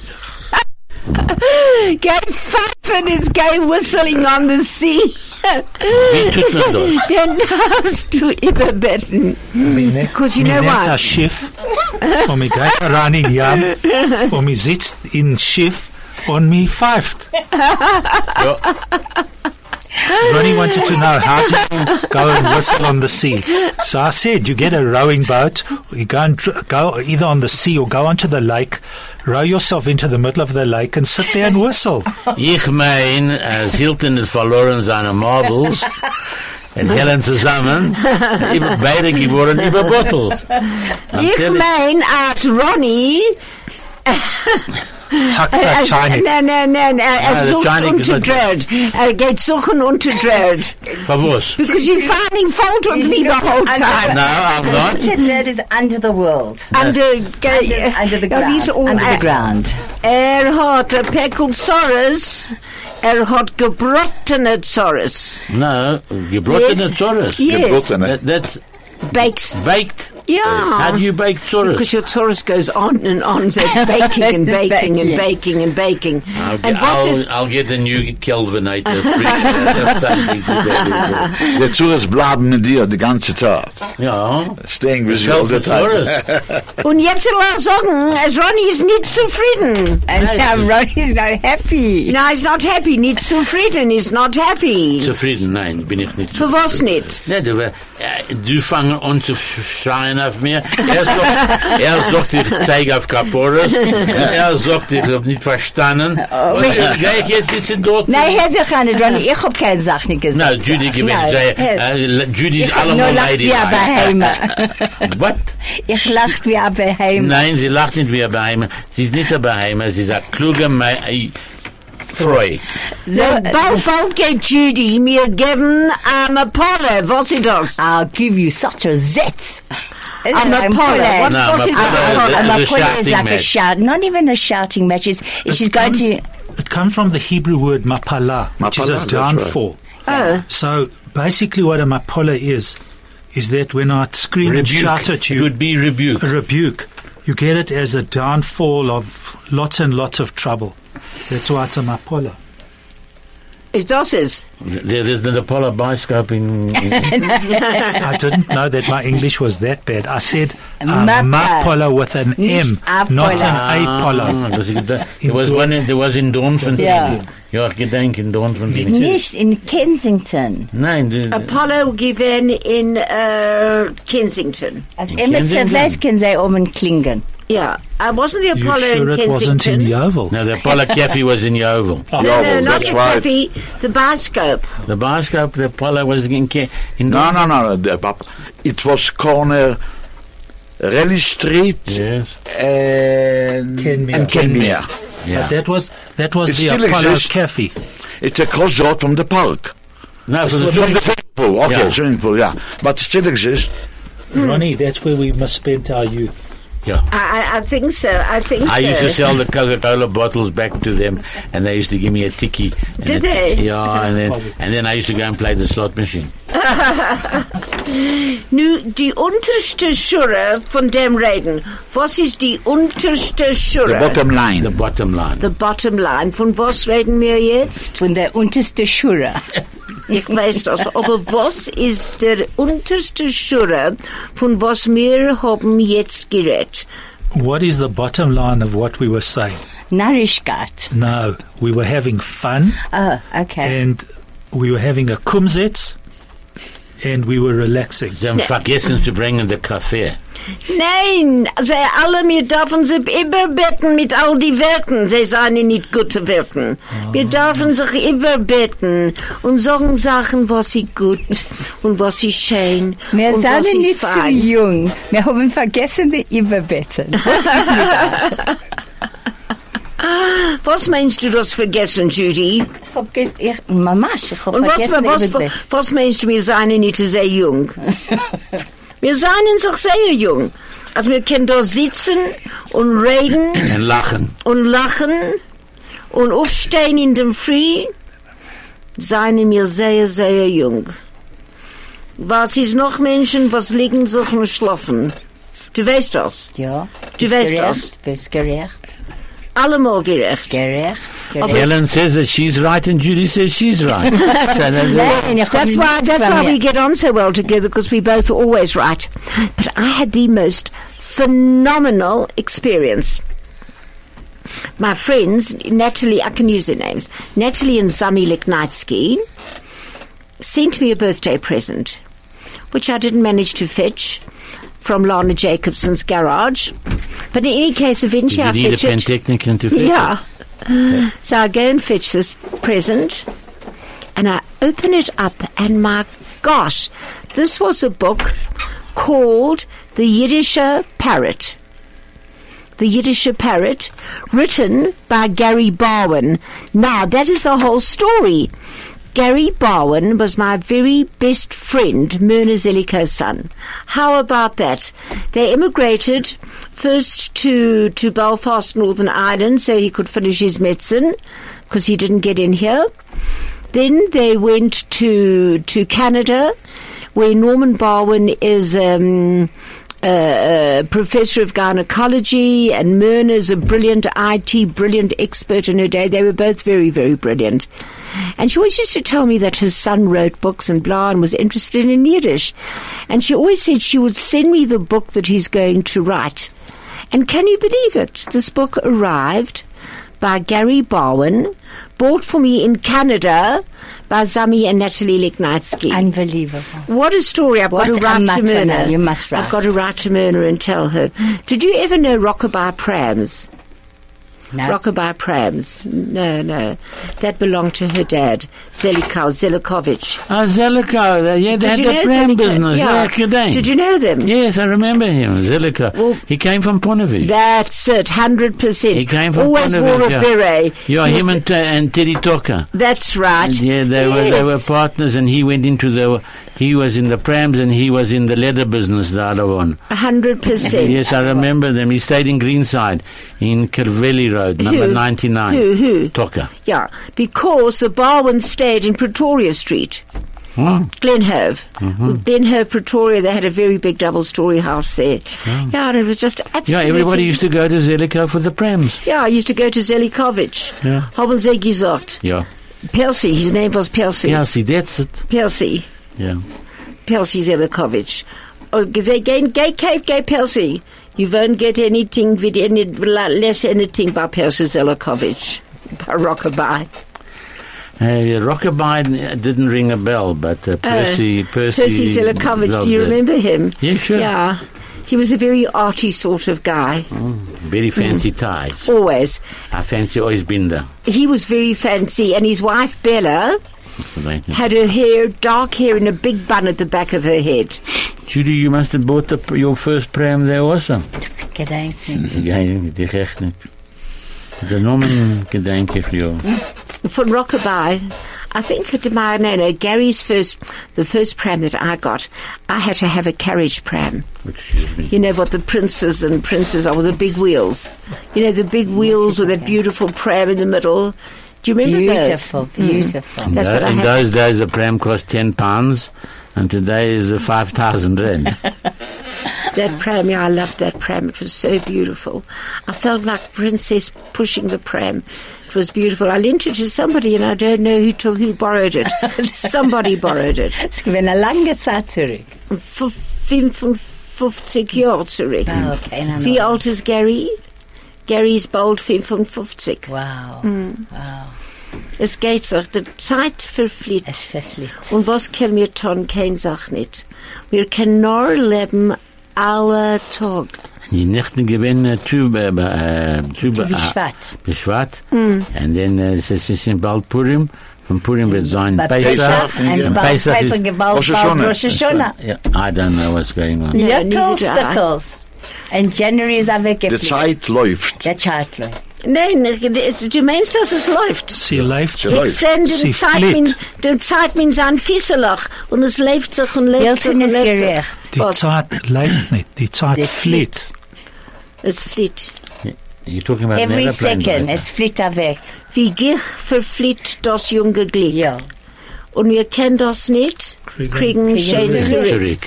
Speaker 1: Geh pfeifen ist gay whistling on the sea.
Speaker 3: Wie tut man das?
Speaker 1: Den darfst du überbetten. Because you know
Speaker 4: Minetta
Speaker 1: what?
Speaker 4: Schiff. Und mir geht ran in Jam. Und mir sitzt in Schiff und mir pfeift.
Speaker 3: Ja,
Speaker 4: wanted to know how do you go and whistle on the sea. So I said, you get a rowing boat, you go and dr- go either on the sea or go onto the lake, row yourself into the middle of the lake and sit there and whistle.
Speaker 3: Ich mein, als Hilton hat verloren seine Marbles, und Helen zusammen, über beide geworden überbottelt.
Speaker 1: Ich
Speaker 3: Natürlich.
Speaker 1: mein, als Ronny,
Speaker 4: Tuck
Speaker 1: äh,
Speaker 4: that shiny.
Speaker 1: nein, nein, nein, er,
Speaker 3: Ah,
Speaker 1: er
Speaker 3: the
Speaker 1: sucht
Speaker 3: Johnny
Speaker 1: unter
Speaker 3: gesagt-
Speaker 1: Dread. Er geht suchen unter Dread.
Speaker 3: Verwurst.
Speaker 1: Because you finding fault with me the whole time.
Speaker 3: No, Nou, I'm not.
Speaker 2: That is under the world.
Speaker 1: Under,
Speaker 2: Under, under the
Speaker 1: Ja, die
Speaker 2: ground.
Speaker 1: is om-
Speaker 2: under the
Speaker 1: eh,
Speaker 2: ground.
Speaker 1: Er hat a Peckelsaurus. Er hat gebrotene Saurus.
Speaker 3: No, gebrotene Zorus.
Speaker 1: Yes.
Speaker 5: Gebrotene.
Speaker 3: That, that's
Speaker 1: Baked.
Speaker 3: baked. How do
Speaker 1: Yeah.
Speaker 3: you bake
Speaker 1: Because
Speaker 3: Zorus?
Speaker 1: your Taurus goes on and on, so it's baking and
Speaker 2: It's
Speaker 1: baking and
Speaker 2: baking.
Speaker 1: baking and baking.
Speaker 3: Okay,
Speaker 1: And what is
Speaker 3: I'll, I'll get a new Kelvinator. That's something to do.
Speaker 5: Der Zures bleiben mit dir die ganze Zeit.
Speaker 3: Ja.
Speaker 5: Staying with you all the
Speaker 3: Kelvin
Speaker 5: time.
Speaker 3: Zorus.
Speaker 1: Und jetzt will er sagen, as Ronnie is nicht zufrieden.
Speaker 2: And now Ronnie's not happy.
Speaker 1: No, he's not happy. Nicht zufrieden, he's not happy.
Speaker 3: Zufrieden? Nein, bin ich nicht
Speaker 1: Für was nicht?
Speaker 3: Nee, du, äh, du fangst an zu schreien auf mir. Er sagt, er sagt ich zeige auf Kapores. Er sagt, ich habe nicht verstanden. Und ich sage, jetzt ist sie dort.
Speaker 2: Oh. Nee, hij zegt aan het Ronnie, ik heb geen zacht niet gezegd.
Speaker 3: Nou, Judy gewinnt.
Speaker 2: Nou,
Speaker 3: Zij-
Speaker 2: hij-
Speaker 3: eh, Judy
Speaker 2: ik
Speaker 3: ist
Speaker 2: heb
Speaker 3: allemal
Speaker 2: nou lacht
Speaker 3: lady.
Speaker 2: weer bij hem.
Speaker 3: What? Äh,
Speaker 2: Ik lacht weer bij hem.
Speaker 3: Nein, sie lacht nicht wie ein Beheimer. Sie ist nicht ein Beheimer. Sie ist ein kluger Me- äh, Freu.
Speaker 1: So, bald, bald geht Judy mir geben am Apollo. Was ist das?
Speaker 2: I'll give you such a zit.
Speaker 1: I'm a Paula. What,
Speaker 3: No,
Speaker 1: what
Speaker 3: I'm a
Speaker 1: is
Speaker 3: Paula.
Speaker 1: Apollo?
Speaker 3: It's a
Speaker 2: I'm a Paula is
Speaker 3: shouting
Speaker 2: like a
Speaker 3: match.
Speaker 2: shout, not even a shouting match. It's, she's going
Speaker 4: comes-
Speaker 2: to.
Speaker 4: It comes from the Hebrew word mapala, which is
Speaker 5: Mapala,
Speaker 4: a
Speaker 5: that's
Speaker 4: downfall.
Speaker 1: Oh.
Speaker 4: So basically, what a mapala is, is that when I scream and shout at
Speaker 3: It
Speaker 4: you,
Speaker 3: would be rebuke.
Speaker 4: a rebuke, you get it as a downfall of lots and lots of trouble. That's why it's a mapala.
Speaker 1: Ist das es?
Speaker 3: There is the polar bioscope in, in
Speaker 4: I didn't know that my English was that bad. I said a
Speaker 2: Mapa.
Speaker 4: mapala with an
Speaker 2: Nicht
Speaker 4: M,
Speaker 2: Apolla.
Speaker 4: not an
Speaker 3: Ah,
Speaker 4: apolla.
Speaker 3: was ich gedacht- There was one, in- there was in Dornfen.
Speaker 2: Ja.
Speaker 3: Ja, ich gedenke in Dornfen. bin ich.
Speaker 2: Nicht in Kensington.
Speaker 3: Nein, die-
Speaker 1: Apollo given in uh, Kensington.
Speaker 2: Als
Speaker 3: In
Speaker 2: Emmett
Speaker 3: Kensington?
Speaker 2: Savas can say Omen Klingen.
Speaker 1: Yeah, I wasn't the
Speaker 4: You
Speaker 1: Apollo
Speaker 4: sure
Speaker 1: in
Speaker 4: it wasn't
Speaker 1: Kensington.
Speaker 4: in Yeovil?
Speaker 3: no, the Apollo Cafe was in Yeovil.
Speaker 1: no, no,
Speaker 5: Yeovil,
Speaker 1: Oh, not
Speaker 5: that's
Speaker 1: the
Speaker 5: right.
Speaker 1: coffee, the bioscope.
Speaker 3: The bioscope, the Apollo was in, Ke- in
Speaker 5: No, no, no, no. the pap- It was corner Rally Street
Speaker 3: Yes.
Speaker 5: and
Speaker 4: Kenmere.
Speaker 5: and Kenmere.
Speaker 4: But
Speaker 3: Yeah.
Speaker 4: that was that was
Speaker 5: It
Speaker 4: the
Speaker 5: still
Speaker 4: Apollo
Speaker 5: exists.
Speaker 4: Cafe.
Speaker 5: It's across the road from the park.
Speaker 3: No, for the
Speaker 5: From the
Speaker 3: children.
Speaker 5: swimming pool. Okay,
Speaker 3: Yeah.
Speaker 5: swimming pool, yeah. But still exists.
Speaker 4: Ronnie, that's where we misspent our youth.
Speaker 3: Yeah.
Speaker 1: I, I- I think so. I think
Speaker 3: I
Speaker 1: so.
Speaker 3: used to sell the Coca-Cola bottles back to them, and they used to give me a ticky. and
Speaker 1: Did
Speaker 3: a-
Speaker 1: they?
Speaker 3: Yeah, and then and then I used to go and play the slot machine.
Speaker 1: Nu, die unterste Schure von dem reden. Was ist die unterste
Speaker 5: The
Speaker 1: Schure?
Speaker 5: bottom line.
Speaker 3: The bottom line.
Speaker 1: The bottom line. Von was reden wir jetzt?
Speaker 2: Von der unterste Schure.
Speaker 1: Ich weiß das. Aber was ist der unterste Schure, von was wir haben jetzt geredet?
Speaker 4: What is the bottom line of what we were saying?
Speaker 2: Narishgat.
Speaker 4: No, we were having fun
Speaker 2: Oh,
Speaker 3: Ähm,
Speaker 2: okay.
Speaker 4: and we were having a kumsitz and we were relaxing.
Speaker 3: Sie haben vergessen zu bringen den Kaffee.
Speaker 1: Nein, sie alle, wir dürfen sie überbetten mit all die Werten. Sie seien nicht gute Werten. Wir dürfen sich überbetten und sagen Sachen, was sie gut und was sie schön
Speaker 2: Wir
Speaker 1: und was
Speaker 2: sind
Speaker 1: sie
Speaker 2: nicht zu
Speaker 1: fein.
Speaker 2: jung. Wir haben vergessen die Überbetten. Was ist mit das?
Speaker 1: Was meinst du das vergessen, Judy?
Speaker 2: Ich hab ge- ich- Mamasch, ich hab
Speaker 1: Und was,
Speaker 2: vergessen die
Speaker 1: was, was,
Speaker 2: Überbetten.
Speaker 1: was meinst du, wir seien nicht sehr jung? wir seien sich sehr jung. Also wir können da sitzen und reden
Speaker 3: And lachen.
Speaker 1: und lachen und aufstehen in dem Früh, seien wir sehr, sehr jung. Was ist noch Menschen, was liegen sich und schlafen? Du weißt das.
Speaker 2: Ja.
Speaker 1: Du
Speaker 2: Ist
Speaker 1: weißt
Speaker 2: gerecht, Bist gerecht.
Speaker 1: Allemal gerecht.
Speaker 2: Gerecht. Gerecht.
Speaker 3: Helen says that she's right, and Judy says she's right. So then-
Speaker 2: Nein, ich hab
Speaker 1: That's
Speaker 2: ihn
Speaker 1: why,
Speaker 2: nicht
Speaker 1: that's
Speaker 2: von
Speaker 1: why
Speaker 2: mir.
Speaker 1: we get on so well together because we both are always right. But I had the most phenomenal experience. My friends, Natalie, I can use their names, Natalie and Zami Leknitsky, sent me a birthday present, which I didn't manage to fetch from Lana Jacobson's garage. But in any case, eventually
Speaker 3: you
Speaker 1: I
Speaker 3: need a
Speaker 1: fetch it.
Speaker 3: pantechnicon to fix
Speaker 1: Yeah. Uh, So I go and fetch this present and I open it up and my gosh, this was a book called The Yiddisher Parrot. The Yiddisher Parrot, written by Gary Barwin. Now that is the whole story. Gary Barwin was my very best friend, Myrna Zeliko's son. How about that? They emigrated first to, to Belfast, Northern Ireland, so he could finish his medicine, because he didn't get in here. Then they went to, to Canada, where Norman Barwin is, um, a professor of gynecology, and Myrna is a brilliant IT, brilliant expert in her day. They were both very, very brilliant. And she always used to tell me that her son wrote books and blah and was interested in Yiddish. And she always said she would send me the book that he's going to write. And can you believe it? This book arrived by Gary Barwin, bought for me in Canada by Zami and Natalie Lignatsky.
Speaker 2: Unbelievable.
Speaker 1: What a story. I've
Speaker 2: What
Speaker 1: got
Speaker 2: a
Speaker 1: to write to
Speaker 2: matter
Speaker 1: Myrna.
Speaker 2: now, you must write.
Speaker 1: I've got to write to Myrna and tell her. Did you ever know Rockabye Prams?
Speaker 3: Uh,
Speaker 2: No.
Speaker 1: Rockabye Prams. No, no. That belonged to her dad, Zelikow, Zelikovic.
Speaker 3: Ah, Zelika, uh, yeah, they had
Speaker 1: Did you
Speaker 3: the
Speaker 1: know
Speaker 3: pram
Speaker 1: Zelikow?
Speaker 3: business.
Speaker 1: Yeah.
Speaker 3: Yeah, Kedane.
Speaker 1: Did you know them?
Speaker 3: Yes, I remember him, Zelika.
Speaker 1: Well-
Speaker 3: he came from Ponovich.
Speaker 1: That's it, 100%.
Speaker 3: He came from
Speaker 1: Always
Speaker 3: Ponovich.
Speaker 1: wore a
Speaker 3: yeah.
Speaker 1: beret.
Speaker 3: Yeah,
Speaker 1: He
Speaker 3: him
Speaker 1: was-
Speaker 3: and, Te- and Teddy Tocker.
Speaker 1: That's right.
Speaker 3: Yeah, they were they
Speaker 1: Yes.
Speaker 3: were partners, and he went into the he was in the prams and he was in the leather business. The other one,
Speaker 1: 100%.
Speaker 3: yes, I remember them. He stayed in Greenside, in Calvelli Road, number
Speaker 1: Who?
Speaker 3: ninety nine.
Speaker 1: Who, who?
Speaker 3: Tocker.
Speaker 1: Yeah, because the Barwin stayed in Pretoria Street.
Speaker 3: Huh?
Speaker 1: Glenhove.
Speaker 3: Mm-hmm.
Speaker 1: Glenhove, Pretoria, they had a very big double story house there. Yeah, and it was just absolutely.
Speaker 3: Yeah, everybody used to go to Zelico for the prams.
Speaker 1: Yeah, I used to go to Zelikovic.
Speaker 3: Yeah.
Speaker 1: Haben sie gesagt.
Speaker 3: Yeah,
Speaker 1: Percy, his name was Percy.
Speaker 3: yeah. See, that's it.
Speaker 1: Percy.
Speaker 3: Yeah.
Speaker 1: Percy Zelikovic. Oh, they gain gay cave, gay Percy. You won't get anything with any less anything by Percy Zelikovic. By Rockabye.
Speaker 3: Uh, Rockabye uh, didn't ring a bell, but uh, Percy, Percy,
Speaker 1: Percy Zelikovic,
Speaker 3: loved
Speaker 1: do you
Speaker 3: it.
Speaker 1: remember him?
Speaker 3: Yeah, sure.
Speaker 1: Yeah. He was a very arty sort of guy,
Speaker 3: Very
Speaker 1: Mm.
Speaker 3: fancy ties.
Speaker 1: always.
Speaker 3: I fancy always been there.
Speaker 1: he was very fancy, and his wife Bella had her hair dark hair in a big bun at the back of her head.
Speaker 3: Judy, you must have bought the, your first pram there also.
Speaker 2: Gedenken.
Speaker 3: Gedenk, die recht niet. De nomen gedenk ik jou.
Speaker 1: From Rockabye, I think it my no no Gary's first the first pram that I got, I had to have a carriage pram.
Speaker 3: Excuse me.
Speaker 1: You know what the princes and princes are with the big wheels. You know the big wheels with that beautiful pram in the middle. Do you remember
Speaker 2: Beautiful, beautiful.
Speaker 1: those? That's what I
Speaker 3: in
Speaker 1: had.
Speaker 3: those days, the pram cost 10 pounds, and today is a 5,000 rand.
Speaker 1: That pram, yeah, I loved that pram. It was so beautiful. I felt like princess pushing the pram. It was beautiful. I lent it to somebody, and I don't know who till who borrowed it. somebody borrowed it
Speaker 2: Es gewinnt eine lange Zeit zurück.
Speaker 1: Mm. for 55 Jahre zurück.
Speaker 2: Ah, okay, na, na.
Speaker 1: Wie alt is Gary? Gary's bald 55.
Speaker 2: Wow, wow.
Speaker 1: Es geht so, die Zeit verfliegt.
Speaker 2: Es verfliegt.
Speaker 1: Und was können wir tun? Keine Sache nicht. Wir können nur leben alle Tag.
Speaker 3: Die Nächten gewinnen Tuba, äh, Tuba,
Speaker 2: Wie schwarz.
Speaker 3: Beschwat. And then, uh, es ist in bald Purim. Von Purim wird sein
Speaker 2: Bei
Speaker 3: Pesach.
Speaker 2: Pesach, ein
Speaker 3: and
Speaker 2: Bald
Speaker 3: Pesach is-
Speaker 2: Pesach, gebaut,
Speaker 5: Rosh
Speaker 2: bald
Speaker 5: Hashanah.
Speaker 2: Rosh Hashanah.
Speaker 3: Yeah, I don't know what's going on.
Speaker 1: Yeah, neither
Speaker 2: Yuckles,
Speaker 1: do I.
Speaker 2: Stuckles. And January is auch
Speaker 5: Die
Speaker 2: weggefliegt.
Speaker 5: Zeit läuft.
Speaker 2: Der Chart läuft.
Speaker 1: Nein, es- du meinst, dass es läuft.
Speaker 4: See life.
Speaker 5: Sie läuft.
Speaker 1: Sehen
Speaker 4: Sie
Speaker 1: den Zeit
Speaker 4: flit.
Speaker 1: min, den Zeit min sein Fisselach und es lebt sich und lebt sich
Speaker 2: Wilson
Speaker 1: und
Speaker 2: ist
Speaker 1: lebt sich.
Speaker 2: gerecht.
Speaker 4: Die
Speaker 1: Was?
Speaker 4: Zeit läuft nicht. Die Zeit
Speaker 2: Die
Speaker 4: flieht.
Speaker 1: Es flieht.
Speaker 3: You're talking about an
Speaker 2: Every
Speaker 3: aeroplane
Speaker 2: second,
Speaker 3: right
Speaker 2: es fliegt auch weg.
Speaker 1: Wie Gich verflieht das junge Glück.
Speaker 2: Ja.
Speaker 1: Und wir kennen das nicht.
Speaker 4: Kriegen-
Speaker 1: Kriegen
Speaker 2: Kriegen
Speaker 1: Schäden
Speaker 3: now.
Speaker 2: Schäden
Speaker 1: zurück.
Speaker 3: Zurück.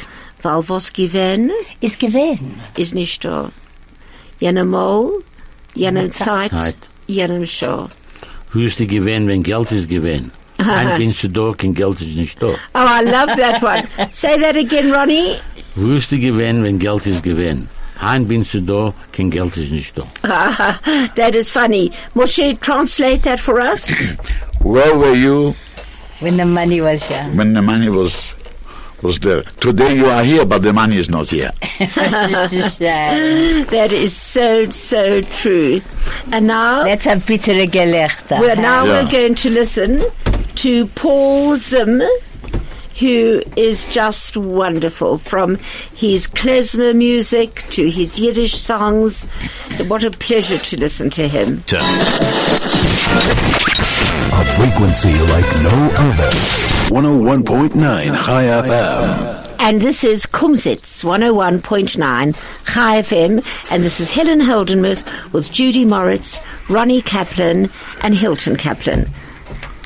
Speaker 1: Weil was gewähnt,
Speaker 2: Ist gewesen.
Speaker 1: ist nicht da. Jene Mal, jene Zeit,
Speaker 3: Zeit.
Speaker 1: jene Schau.
Speaker 3: Who's the gewinn when Geld is gewinn? Ein bin zu da, kein Geld ist nicht da.
Speaker 1: Oh, I love that one. Say that again, Ronnie.
Speaker 3: Who's the gewinn when Geld is gewinn? Ein bin zu da, kein Geld ist nicht da.
Speaker 1: that is funny. Moshe, translate that for us.
Speaker 5: Where were you
Speaker 2: When the money was here.
Speaker 5: when the money was was there. Today you are here, but the money is not here.
Speaker 2: Yeah.
Speaker 1: That is so, so true. And now
Speaker 2: That's a bittere Gelächter.
Speaker 1: Well, now
Speaker 5: Yeah.
Speaker 1: we're going to listen to Paul Zim, who is just wonderful. From his klezmer music to his Yiddish songs, what a pleasure to listen to him.
Speaker 6: A frequency like no other. 101.9 High FM.
Speaker 1: And this is Kumsitz 101.9 Chai FM, and this is Helen Holdenmuth with Judy Moritz, Ronnie Kaplan, and Hilton Kaplan.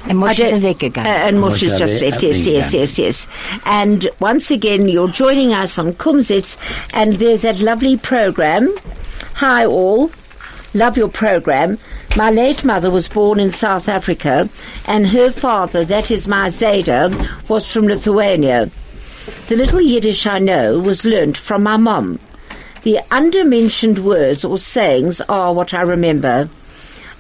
Speaker 2: And Moshe
Speaker 1: I don't-
Speaker 2: is weggegangen.
Speaker 1: Uh, and Moshe's
Speaker 3: Moshe
Speaker 1: just
Speaker 3: Abe-
Speaker 1: left. Yes,
Speaker 3: Abe,
Speaker 1: yes,
Speaker 3: yeah.
Speaker 1: yes, yes. And once again, you're joining us on Kumsitz, and there's that lovely program. Hi, all. Love your program. My late mother was born in South Africa, and her father, that is my Zayda, was from Lithuania. The little Yiddish I know was learnt from my mum. The undermentioned words or sayings are what I remember.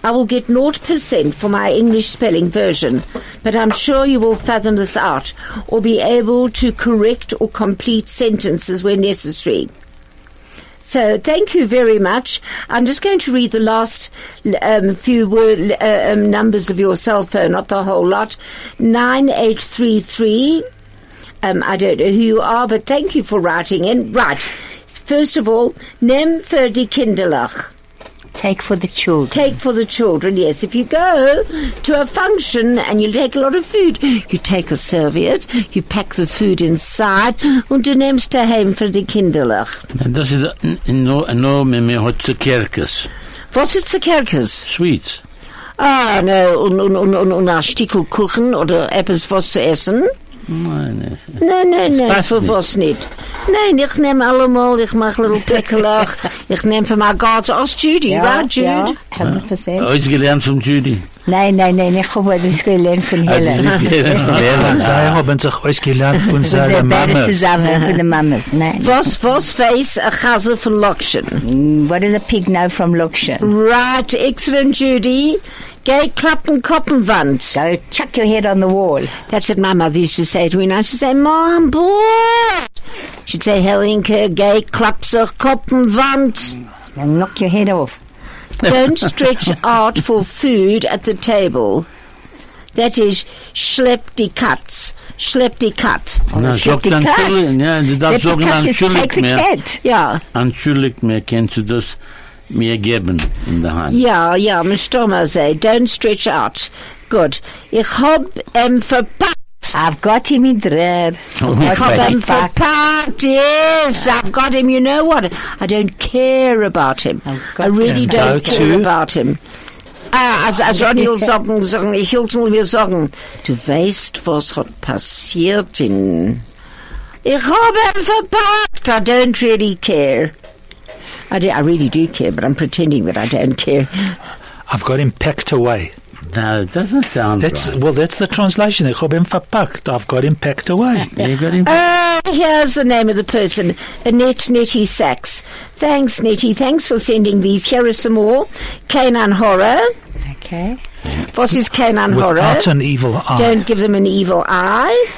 Speaker 1: I will get 0% for my English spelling version, but I'm sure you will fathom this out or be able to correct or complete sentences where necessary. So thank you very much. I'm just going to read the last l- um, few word, uh, um, numbers of your cell phone, not the whole lot. 9833. Um, I don't know who you are, but thank you for writing in. Right. First of all, Nem für die Kinderlach
Speaker 2: Take for the children.
Speaker 1: take for the children. Yes, if you go to a function and you take a lot of food, you take a serviette, you pack the food inside, und du nimmst daheim für die Kinderlach.
Speaker 3: And this is no no me me hot zu kerkes.
Speaker 1: Was ist zur Kerkes?
Speaker 3: Sweets.
Speaker 1: Ah, ne, und, und, und, und, und ein Stickel Kuchen oder etwas was zu essen?
Speaker 3: Nein.
Speaker 1: Nein, nein, nein,
Speaker 3: passt
Speaker 1: für
Speaker 3: nicht.
Speaker 1: was nicht? Nein, ich nehme allemal, ich mache little Pickelach, ich nehme für my Guards, ask Judy, right, Jude?
Speaker 2: Ja, 100%.
Speaker 3: Always gelernt from Judy.
Speaker 2: Nein, nein, nein, ich habe das gelernt von
Speaker 3: Also,
Speaker 2: Helen.
Speaker 3: sie kennen Helen.
Speaker 4: Zij hebben zich uitgelernt van
Speaker 2: Von der
Speaker 4: zijn
Speaker 2: beide
Speaker 4: mamas.
Speaker 2: zusammen, von den Mamas. Nein.
Speaker 1: Was, was face a Chaser von Lokshen?
Speaker 2: Mm, What is a pig now from Lokshan?
Speaker 1: Right, excellent, Judy. Gay klappen Koppenwand.
Speaker 2: Go chuck your head on the wall.
Speaker 1: That's what my mother used to say to me, and I used to say, Mom, boy. She'd say, Helenke, gay klaps a Koppenwand.
Speaker 2: And knock your head off.
Speaker 1: Don't stretch out for food at the table. That is, schlepp die Katz. Schlepp die Katz.
Speaker 3: Na,
Speaker 2: schlepp
Speaker 3: sagt dann
Speaker 2: die Katz.
Speaker 3: Schuldig, ja, du
Speaker 2: The
Speaker 3: darfst sagen,
Speaker 2: cat
Speaker 3: an
Speaker 2: is take
Speaker 3: Schuldig
Speaker 2: the
Speaker 3: mehr,
Speaker 2: cat.
Speaker 1: Ja,
Speaker 3: an Schuldig mehr kannst du das mir geben in der Hand.
Speaker 1: ja, ja, Mr. say, don't stretch out. Good. Ich hab em verpackt.
Speaker 2: I've got him in dread.
Speaker 3: Oh,
Speaker 2: I've
Speaker 3: my
Speaker 2: got
Speaker 1: them
Speaker 2: him
Speaker 1: for
Speaker 2: back.
Speaker 1: packed. Yes, I've got him. You know what? I don't care about him.
Speaker 2: I've
Speaker 1: I
Speaker 2: got
Speaker 1: really
Speaker 4: him.
Speaker 1: don't
Speaker 4: Go
Speaker 1: care
Speaker 4: to-
Speaker 1: about him. Ah, as, as Ronny will sagen, sagen, ich Hilton will mir sagen, du weißt, was hat passiert in... Ich habe ihn verpackt. I don't really care. I, do, I really do care, but I'm pretending that I don't care.
Speaker 4: I've got him packed away.
Speaker 3: No, it doesn't sound
Speaker 4: That's
Speaker 3: right.
Speaker 4: well, that's the translation. Ich habe ihn verpackt. I've got him packed away.
Speaker 3: You got him?
Speaker 2: Äh.
Speaker 1: Uh, here's the name of the person, Annette Nettie Sachs. Thanks, Nettie. Thanks for sending these. Here is some more. Canaan Horror.
Speaker 2: Okay.
Speaker 1: What is Canaan Horror?
Speaker 4: Without an evil eye.
Speaker 1: Don't give them an evil eye.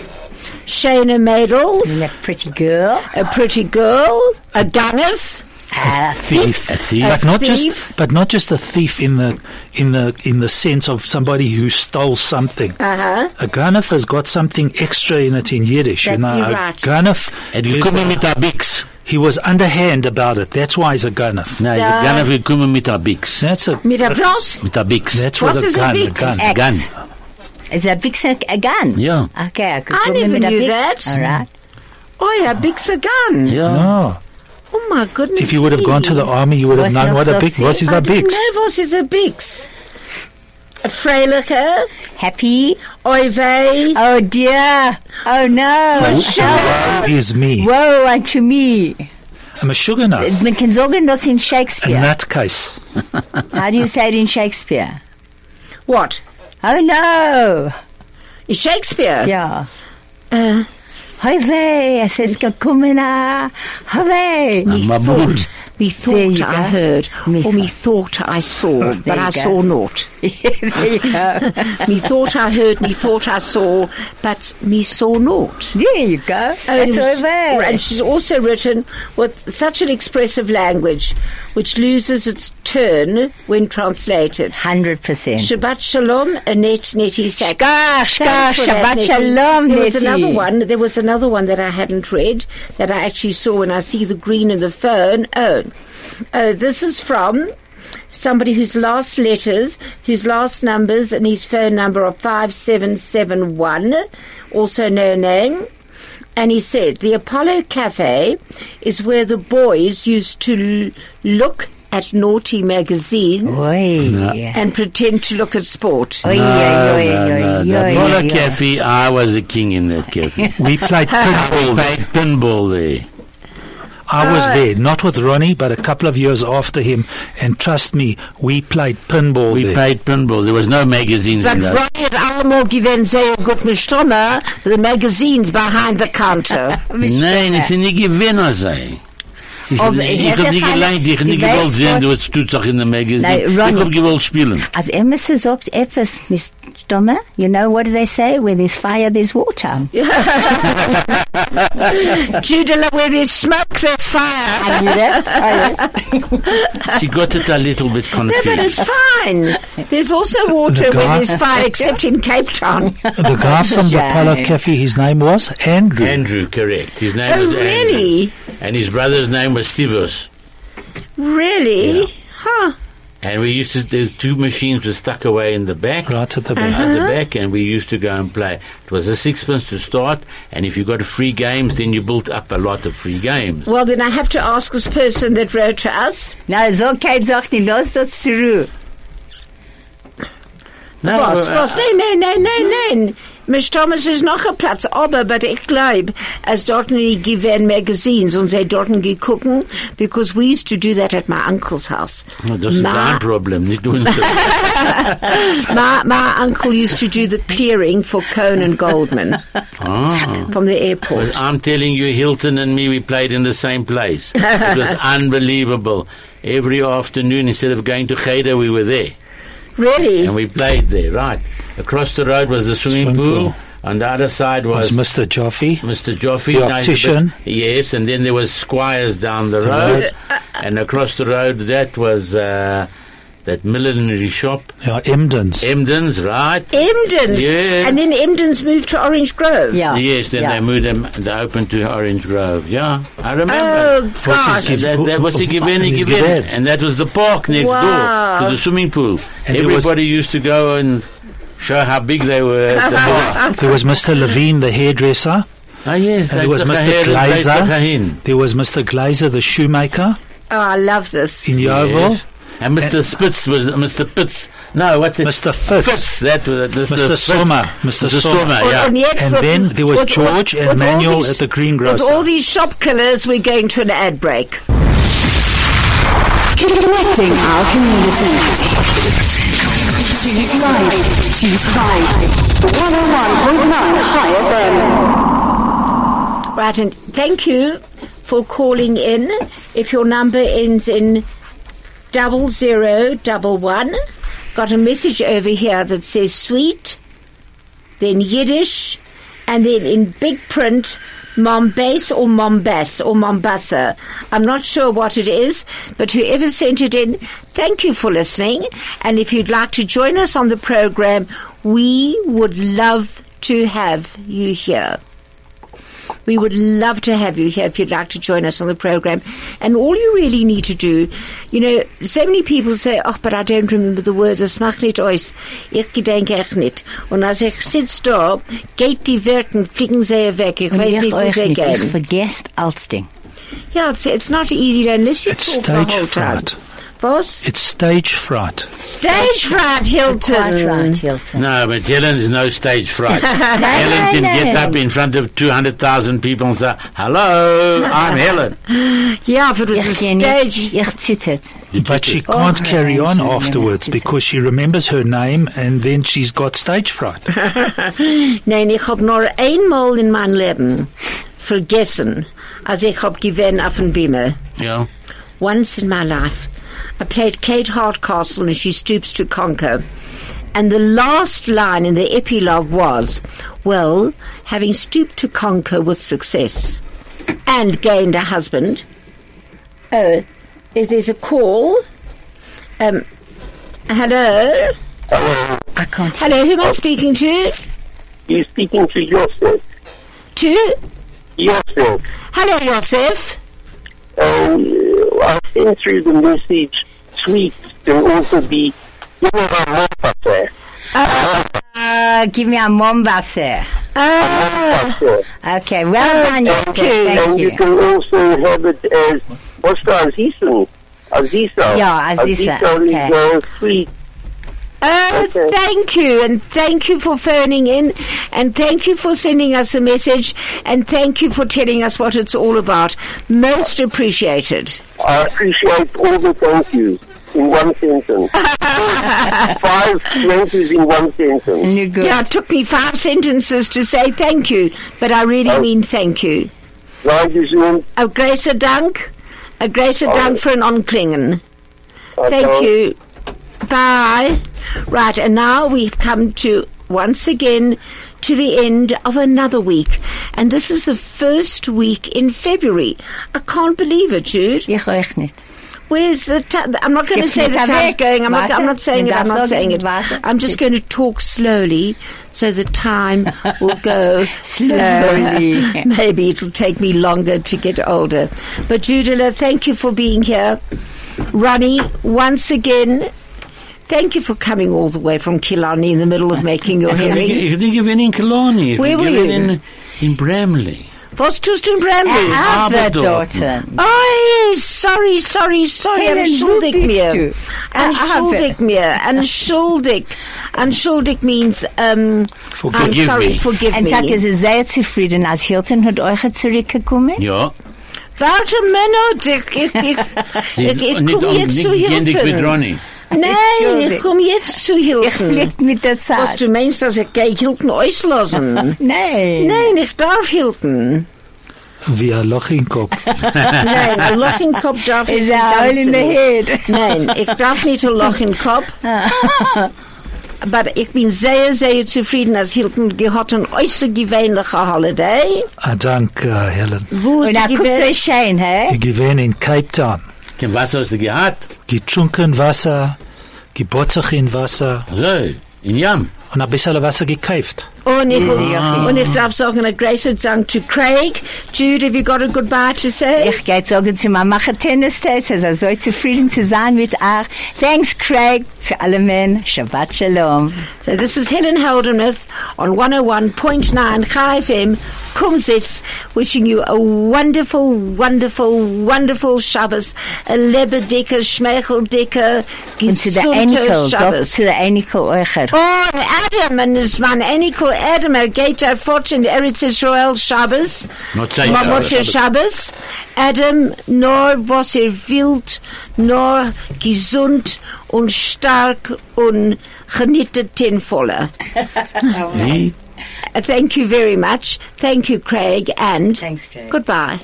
Speaker 1: Shana Madel,
Speaker 2: You're a pretty girl.
Speaker 1: a pretty girl, a gangers.
Speaker 2: Ah,
Speaker 4: Thief.
Speaker 3: A thief.
Speaker 4: But not
Speaker 1: thief.
Speaker 4: just, but not just a thief in the in the in the sense of somebody who stole something.
Speaker 1: Uh-huh.
Speaker 4: A ganef has got something extra in it in Yiddish. you
Speaker 1: That
Speaker 4: know,
Speaker 1: you're
Speaker 4: a
Speaker 1: right.
Speaker 4: ganef.
Speaker 3: Er will
Speaker 4: because
Speaker 3: kommen mit der Bix.
Speaker 4: He was underhand about it. That's why he's a ganef.
Speaker 3: Nein,
Speaker 1: Da-
Speaker 3: der Gunner will kommen mit der Bix.
Speaker 4: That's a
Speaker 1: Mit der Floss.
Speaker 3: Mit der Bix.
Speaker 4: that's
Speaker 1: Was
Speaker 4: what a
Speaker 1: is a
Speaker 4: gun. A
Speaker 1: bix?
Speaker 4: gun.
Speaker 2: Axe.
Speaker 3: Gun.
Speaker 2: It's a big sack, a gun.
Speaker 3: Yeah.
Speaker 2: Okay, I could
Speaker 1: I
Speaker 2: go
Speaker 1: never
Speaker 2: with a
Speaker 1: knew
Speaker 2: big-
Speaker 1: that.
Speaker 2: All right.
Speaker 1: Oh, yeah, big gun.
Speaker 3: Ja.
Speaker 4: No.
Speaker 1: Oh, my goodness.
Speaker 4: If you would have gone to the army, you would have
Speaker 2: Was
Speaker 4: known
Speaker 2: noch
Speaker 4: what a
Speaker 2: so
Speaker 4: big
Speaker 2: thief?
Speaker 4: was. Is
Speaker 1: I
Speaker 4: a
Speaker 1: didn't
Speaker 4: big.
Speaker 1: know what is a bigs. A Freilicher,
Speaker 2: Happy.
Speaker 1: Oivei.
Speaker 2: Oh dear. Oh no.
Speaker 4: Woe is me.
Speaker 2: Woe unto me.
Speaker 4: I'm a sugar now.
Speaker 2: Man can sagen das in
Speaker 4: In
Speaker 2: Shakespeare.
Speaker 4: that case,
Speaker 2: How do you say it in Shakespeare?
Speaker 1: What?
Speaker 2: Oh no.
Speaker 1: Is Shakespeare?
Speaker 2: Yeah.
Speaker 1: Uh,
Speaker 2: Hoi weh, es ist gekommen. ah. Hoi weh.
Speaker 3: Mabul.
Speaker 1: Me
Speaker 2: There
Speaker 1: thought
Speaker 2: you
Speaker 1: I
Speaker 2: go.
Speaker 1: heard, or me
Speaker 2: Micha.
Speaker 1: thought I saw, but
Speaker 2: you
Speaker 1: I
Speaker 2: go.
Speaker 1: saw naught.
Speaker 2: there you go.
Speaker 1: me thought I heard, me thought I saw, but me saw naught.
Speaker 2: There you go. That's
Speaker 1: Oh,
Speaker 2: all there.
Speaker 1: And she's also written with such an expressive language, which loses its turn when translated.
Speaker 2: Hundred percent.
Speaker 1: Shabbat Shalom, Annette Nettie Sachs.
Speaker 2: Gosh,
Speaker 1: Thanks for
Speaker 2: gosh,
Speaker 1: that,
Speaker 2: Shabbat
Speaker 1: Nettie.
Speaker 2: Shalom,
Speaker 1: There was
Speaker 2: Nettie.
Speaker 1: another one. There was another one that I hadn't read that I actually saw when I see the green in the phone. Oh, oh, this is from somebody whose last letters, whose last numbers, and his phone number are five seven seven one. Also, no name. And he said the Apollo Cafe is where the boys used to l- look at naughty magazines
Speaker 2: Oi.
Speaker 1: and pretend to look at sport.
Speaker 2: Oi, oi, oi, oi, oi,
Speaker 3: No, no, no.
Speaker 2: oi,
Speaker 3: Not a
Speaker 2: oi.
Speaker 3: cafe. I was a king in that cafe.
Speaker 4: We played
Speaker 3: We
Speaker 4: pinball.
Speaker 3: played pinball there.
Speaker 4: I was there, not with Ronnie, but a couple of years after him. And trust me, we played pinball
Speaker 3: We
Speaker 4: there.
Speaker 3: played pinball. There was no magazines
Speaker 1: But
Speaker 3: in those.
Speaker 1: why had Alamo given Zeo Gutmishtomer the magazines behind the counter?
Speaker 3: Nein, es sind nicht gewinn, was sei. Ich
Speaker 2: Oh,
Speaker 3: habe
Speaker 2: maar
Speaker 3: nicht
Speaker 2: het is
Speaker 3: gelernt, ich
Speaker 2: eigenlijk-
Speaker 3: habe nicht
Speaker 2: die
Speaker 3: gewollt sehen,
Speaker 2: wijswoord-
Speaker 3: du hast Tutsach in der Magazine.
Speaker 2: Nee,
Speaker 3: Ich
Speaker 2: Ronnie.
Speaker 3: habe gewollt spielen.
Speaker 2: As Emma sagt etwas, Miss Stommer, you know what do they say? Where there's fire, there's water.
Speaker 1: Judela, where there's smoke, there's fire.
Speaker 2: I knew that. I knew that.
Speaker 3: She got it a little bit
Speaker 1: No, but
Speaker 3: confused.
Speaker 1: it's fine. There's also water
Speaker 4: The
Speaker 1: where
Speaker 4: guy-
Speaker 1: there's fire, except in Cape Town.
Speaker 4: The guy from the
Speaker 2: Shame.
Speaker 4: Polo Cafe, his name was Andrew.
Speaker 3: Andrew, correct. His name
Speaker 1: Oh,
Speaker 3: was
Speaker 1: really?
Speaker 3: Andrew. And his brother's name was Stivos.
Speaker 1: Really?
Speaker 3: Yeah.
Speaker 1: Huh.
Speaker 3: And we used to, there's two machines were stuck away in the back. Uh,
Speaker 4: right at the back.
Speaker 3: At the back, and we used to go and play. It was a sixpence to start, and if you got free games, then you built up a lot of free games.
Speaker 1: Well, then I have to ask this person that wrote to us.
Speaker 2: No, so Kate sagt, die lass das zurück.
Speaker 3: No,
Speaker 1: Was,
Speaker 3: uh, hmm.
Speaker 1: was? Nein, nein, nein, nein, nein. Miss Thomas ist noch ein Platz, aber, but ich glaube, als dort nie gewähren Magazines und sie dort gegucken, because we used to do that at my uncle's house.
Speaker 3: Das ist dein
Speaker 1: my,
Speaker 3: Problem, nicht unser.
Speaker 1: my, my uncle used to do the clearing for Conan Goldman
Speaker 3: ah.
Speaker 1: from the
Speaker 3: But
Speaker 1: airport.
Speaker 3: I'm telling you, Hilton and me, we played in the same place. it was unbelievable. Every afternoon, instead of going to Gaida, we were there.
Speaker 1: Really?
Speaker 3: And we played there, right. Across the road was the swimming
Speaker 4: Swimming
Speaker 3: pool.
Speaker 4: pool.
Speaker 3: On the other side
Speaker 4: was
Speaker 3: was
Speaker 4: Mr. Joffe.
Speaker 3: Mr. Joffe.
Speaker 4: The
Speaker 3: now he's a bit-
Speaker 4: optician.
Speaker 3: Yes, and then there was Squires down the road. And across the road, that was uh, that millinery shop.
Speaker 4: Yeah, uh, Emden's.
Speaker 3: Emden's, right.
Speaker 1: Emden's.
Speaker 3: Yeah.
Speaker 1: And then Emden's moved to Orange Grove.
Speaker 2: Yeah.
Speaker 3: Yes, then
Speaker 2: yeah.
Speaker 3: they moved them, they opened to Orange Grove. Yeah, I remember.
Speaker 1: Oh,
Speaker 4: What's his
Speaker 1: gosh.
Speaker 4: gift?
Speaker 3: That, that was the Giveni
Speaker 4: His
Speaker 3: Giveni.
Speaker 4: Giveni.
Speaker 3: And that was the park next
Speaker 1: Wow.
Speaker 3: door to the swimming pool.
Speaker 4: And there was-
Speaker 3: Everybody used to go and show how big they were at the park.
Speaker 4: There was Mr. Levine, the hairdresser.
Speaker 3: Oh, yes,
Speaker 4: And
Speaker 3: they
Speaker 4: there was
Speaker 3: took a
Speaker 4: Mr.
Speaker 3: hair and they took a hin.
Speaker 4: Glazer. There was Mr. Glazer, the shoemaker
Speaker 1: Oh, I love this.
Speaker 4: in Yeovil.
Speaker 3: Yes. And Mr. Spitz was Mr. Pitts. No, what's it?
Speaker 4: Mr. Fitz.
Speaker 3: Fitz. That was Mr.
Speaker 4: Mr.
Speaker 3: Fitz.
Speaker 4: Sommer. Mr.
Speaker 3: Mr.
Speaker 4: Sommer.
Speaker 3: Sommer,
Speaker 1: Or-
Speaker 3: yeah.
Speaker 1: or yet
Speaker 4: And
Speaker 1: with-
Speaker 4: then there was
Speaker 1: with-
Speaker 4: George
Speaker 1: with
Speaker 4: and
Speaker 1: all
Speaker 4: Manuel
Speaker 1: these-
Speaker 4: at the
Speaker 1: With
Speaker 4: greengrocer.
Speaker 1: all these shop killers, we're going to an ad break.
Speaker 7: Connecting our community. Choose life. Choose oh pride. 101.9 High FM.
Speaker 1: Right, and thank you for calling in. If your number ends in double zero double one, got a message over here that says sweet, then Yiddish, and then in big print, Mombase or Mombas or Mombasa. I'm not sure what it is, but whoever sent it in, thank you for listening. And if you'd like to join us on the program, we would love to have you here. We would love to have you here if you'd like to join us on the program. And all you really need to do, you know, so many people say, oh, but I don't remember the words. Es macht nicht aus. Ich gedenke echt nicht. Und als ich sitz da, geht die Wirken, fliegen sie weg. Ich
Speaker 2: Und
Speaker 1: weiß
Speaker 2: ich
Speaker 1: nicht, wo
Speaker 2: euch
Speaker 1: sie
Speaker 2: nicht, ich
Speaker 1: gehen.
Speaker 2: vergesse als Ding.
Speaker 1: Yeah, it's, it's not easy unless you
Speaker 4: It's
Speaker 1: talk the
Speaker 4: stage
Speaker 1: whole time.
Speaker 4: fright.
Speaker 1: Was?
Speaker 4: It's stage fright.
Speaker 1: Stage fright, Hilton.
Speaker 2: Quite right, Hilton.
Speaker 3: No, but Helen is no stage fright. Helen can get up in front of 200,000 people and say, Hello, I'm Helen.
Speaker 1: Yeah, if it was a
Speaker 2: Ich gehe
Speaker 1: stage.
Speaker 2: nicht, ich zittert.
Speaker 4: But she
Speaker 2: Oh,
Speaker 4: can't carry on
Speaker 2: yeah,
Speaker 4: afterwards
Speaker 2: yeah.
Speaker 4: because she remembers her name and then she's got stage fright.
Speaker 1: Nein, ich hab nur einmal in meinem Leben vergessen, als ich hab gewählt auf dem Beamer.
Speaker 3: Yeah.
Speaker 1: once in my life. I played Kate Hardcastle and She Stoops to Conquer. And the last line in the epilogue was, well, having stooped to conquer with success and gained a husband. Oh, if there's a call. Um, hello?
Speaker 2: I can't.
Speaker 1: Hello, who am I speaking to?
Speaker 9: Oh. You're speaking to yourself.
Speaker 1: To?
Speaker 9: Yourself.
Speaker 1: Hello, Yosef.
Speaker 9: Um, I'll send through the message. Sweet. There will also be. You know what I'm not there.
Speaker 2: Uh, give me a mombasa.
Speaker 1: Uh,
Speaker 2: Okay, well
Speaker 1: Ah,
Speaker 2: done, Yosef.
Speaker 9: and
Speaker 2: Thank
Speaker 9: you
Speaker 2: you.
Speaker 9: can also have it as Oscar Azizan. Azizan.
Speaker 2: Yeah, Azizan,
Speaker 9: is uh, sweet.
Speaker 1: Oh,
Speaker 9: Okay.
Speaker 1: thank you, and thank you for phoning in, and thank you for sending us a message, and thank you for telling us what it's all about. Most appreciated.
Speaker 9: I appreciate all the thank yous in one sentence. Five thank yous in one sentence.
Speaker 1: Mm.
Speaker 2: You good.
Speaker 1: Yeah, it took me five sentences to say thank you, but I really
Speaker 9: Oh.
Speaker 1: mean thank you.
Speaker 9: Right, you soon.
Speaker 1: A großer Dank, a großer
Speaker 9: Oh.
Speaker 1: Dank for an Onklingen.
Speaker 9: I
Speaker 1: Thank
Speaker 9: don't-
Speaker 1: you. Bye. Right, and now we've come to once again to the end of another week, and this is the first week in February. I can't believe it, Jude.
Speaker 2: Ich euch nicht.
Speaker 1: Where's the? T- I'm not going to
Speaker 2: Skip
Speaker 1: say
Speaker 2: me
Speaker 1: the
Speaker 2: that
Speaker 1: time's
Speaker 2: back.
Speaker 1: going. I'm not. I'm not
Speaker 2: Warte,
Speaker 1: saying it. I'm not
Speaker 2: warte,
Speaker 1: saying it.
Speaker 2: warte.
Speaker 1: I'm just going to talk slowly, so the time will go
Speaker 2: Slowly.
Speaker 1: slower. Maybe it'll take me longer to get older. But Judila, thank you for being here. Ronnie, once again, thank you for coming all the way from Killarney in the middle of making your herring.
Speaker 3: Ich bin gewinn in Colonia. Ich
Speaker 1: Where
Speaker 3: bin
Speaker 1: were you?
Speaker 3: gewinn in, in Bramley.
Speaker 1: Was tust du in
Speaker 2: Äh,
Speaker 1: Bramley?
Speaker 2: Ah, Aber
Speaker 3: Abendorten.
Speaker 2: dorten.
Speaker 1: Oi, sorry, sorry, sorry,
Speaker 2: Helen, wo
Speaker 1: entschuldig
Speaker 2: bist
Speaker 1: mir.
Speaker 2: du?
Speaker 1: Entschuldig mir, entschuldig. Entschuldig means, um, I'm
Speaker 4: Forgive
Speaker 1: sorry,
Speaker 4: me.
Speaker 1: forgive
Speaker 2: Und
Speaker 1: me.
Speaker 2: sag, es ist sehr zufrieden, als Hilton hat euch zurückgekommen.
Speaker 3: Ja.
Speaker 1: Warte Minute, ich, ich, ich,
Speaker 3: Sie-
Speaker 1: ich, ich
Speaker 3: nicht
Speaker 1: komm
Speaker 3: um-
Speaker 1: jetzt
Speaker 3: nicht
Speaker 1: zu
Speaker 3: gendig mit
Speaker 1: Hilton.
Speaker 3: Ronnie.
Speaker 1: Nein, ich
Speaker 2: Entschuldig.
Speaker 1: komm jetzt zu
Speaker 2: Ich
Speaker 1: Hilton.
Speaker 2: fliegt mit der
Speaker 1: Was
Speaker 2: Zeit.
Speaker 1: du meinst, dass ich gleich Hilton auslassen?
Speaker 2: Nein.
Speaker 1: Nein, ich darf Hilton.
Speaker 4: Wie ein Loch im Kopf.
Speaker 1: Nein, ein Loch im Kopf darf ich
Speaker 2: Is
Speaker 1: nicht.
Speaker 2: a hole in the
Speaker 1: tanzen.
Speaker 2: head.
Speaker 1: Nein, ich darf nicht ein Loch im Kopf.
Speaker 2: Ah.
Speaker 1: Aber ich bin sehr, sehr zufrieden, als Hilton gehabt ein äußerst gewöhnlicher Holiday.
Speaker 4: Ah, danke, Helen.
Speaker 1: Wo
Speaker 2: Und
Speaker 1: sie
Speaker 2: er guckt
Speaker 1: gewesen?
Speaker 2: euch schön, hä?
Speaker 4: Ich gewähne in Cape Town.
Speaker 3: Kein Wasser hast du gehabt?
Speaker 4: Getrunken Wasser, gebotzig in Wasser
Speaker 3: So, in Jam.
Speaker 4: und ein bisschen Wasser gekauft.
Speaker 1: Und ich, Oh, und ich darf sagen, a grace Dank to Craig. Jude, have you got a goodbye to say?
Speaker 2: Ich gehe sagen zu meinem Macher Tennis Test, also so zufrieden zu sein mit euch. Thanks, Craig, zu allen Menschen. Shabbat Shalom.
Speaker 1: So this is Helen Holdenmuth on 101.9 Chai FM, Kumsitz, wishing you a wonderful, wonderful, wonderful Shabbos, a lebedicke, schmeicheldicker,
Speaker 2: Und zu der Enkel,
Speaker 1: gesunter
Speaker 2: sag
Speaker 1: Shabbos.
Speaker 2: zu der Enkel eucher.
Speaker 1: Oh, Adam, and his man Enikel Adam, er geht er fort in Eretz Israel Shabbos.
Speaker 3: Not saying
Speaker 1: Ma-
Speaker 3: Shabbos.
Speaker 1: Motze Shabbos. Adam, nur was er will, nur gesund und stark und genittet in volle.
Speaker 3: Wie?
Speaker 1: Uh, Thank you very much. Thank you, Craig, and
Speaker 2: Thanks, Craig.
Speaker 1: goodbye.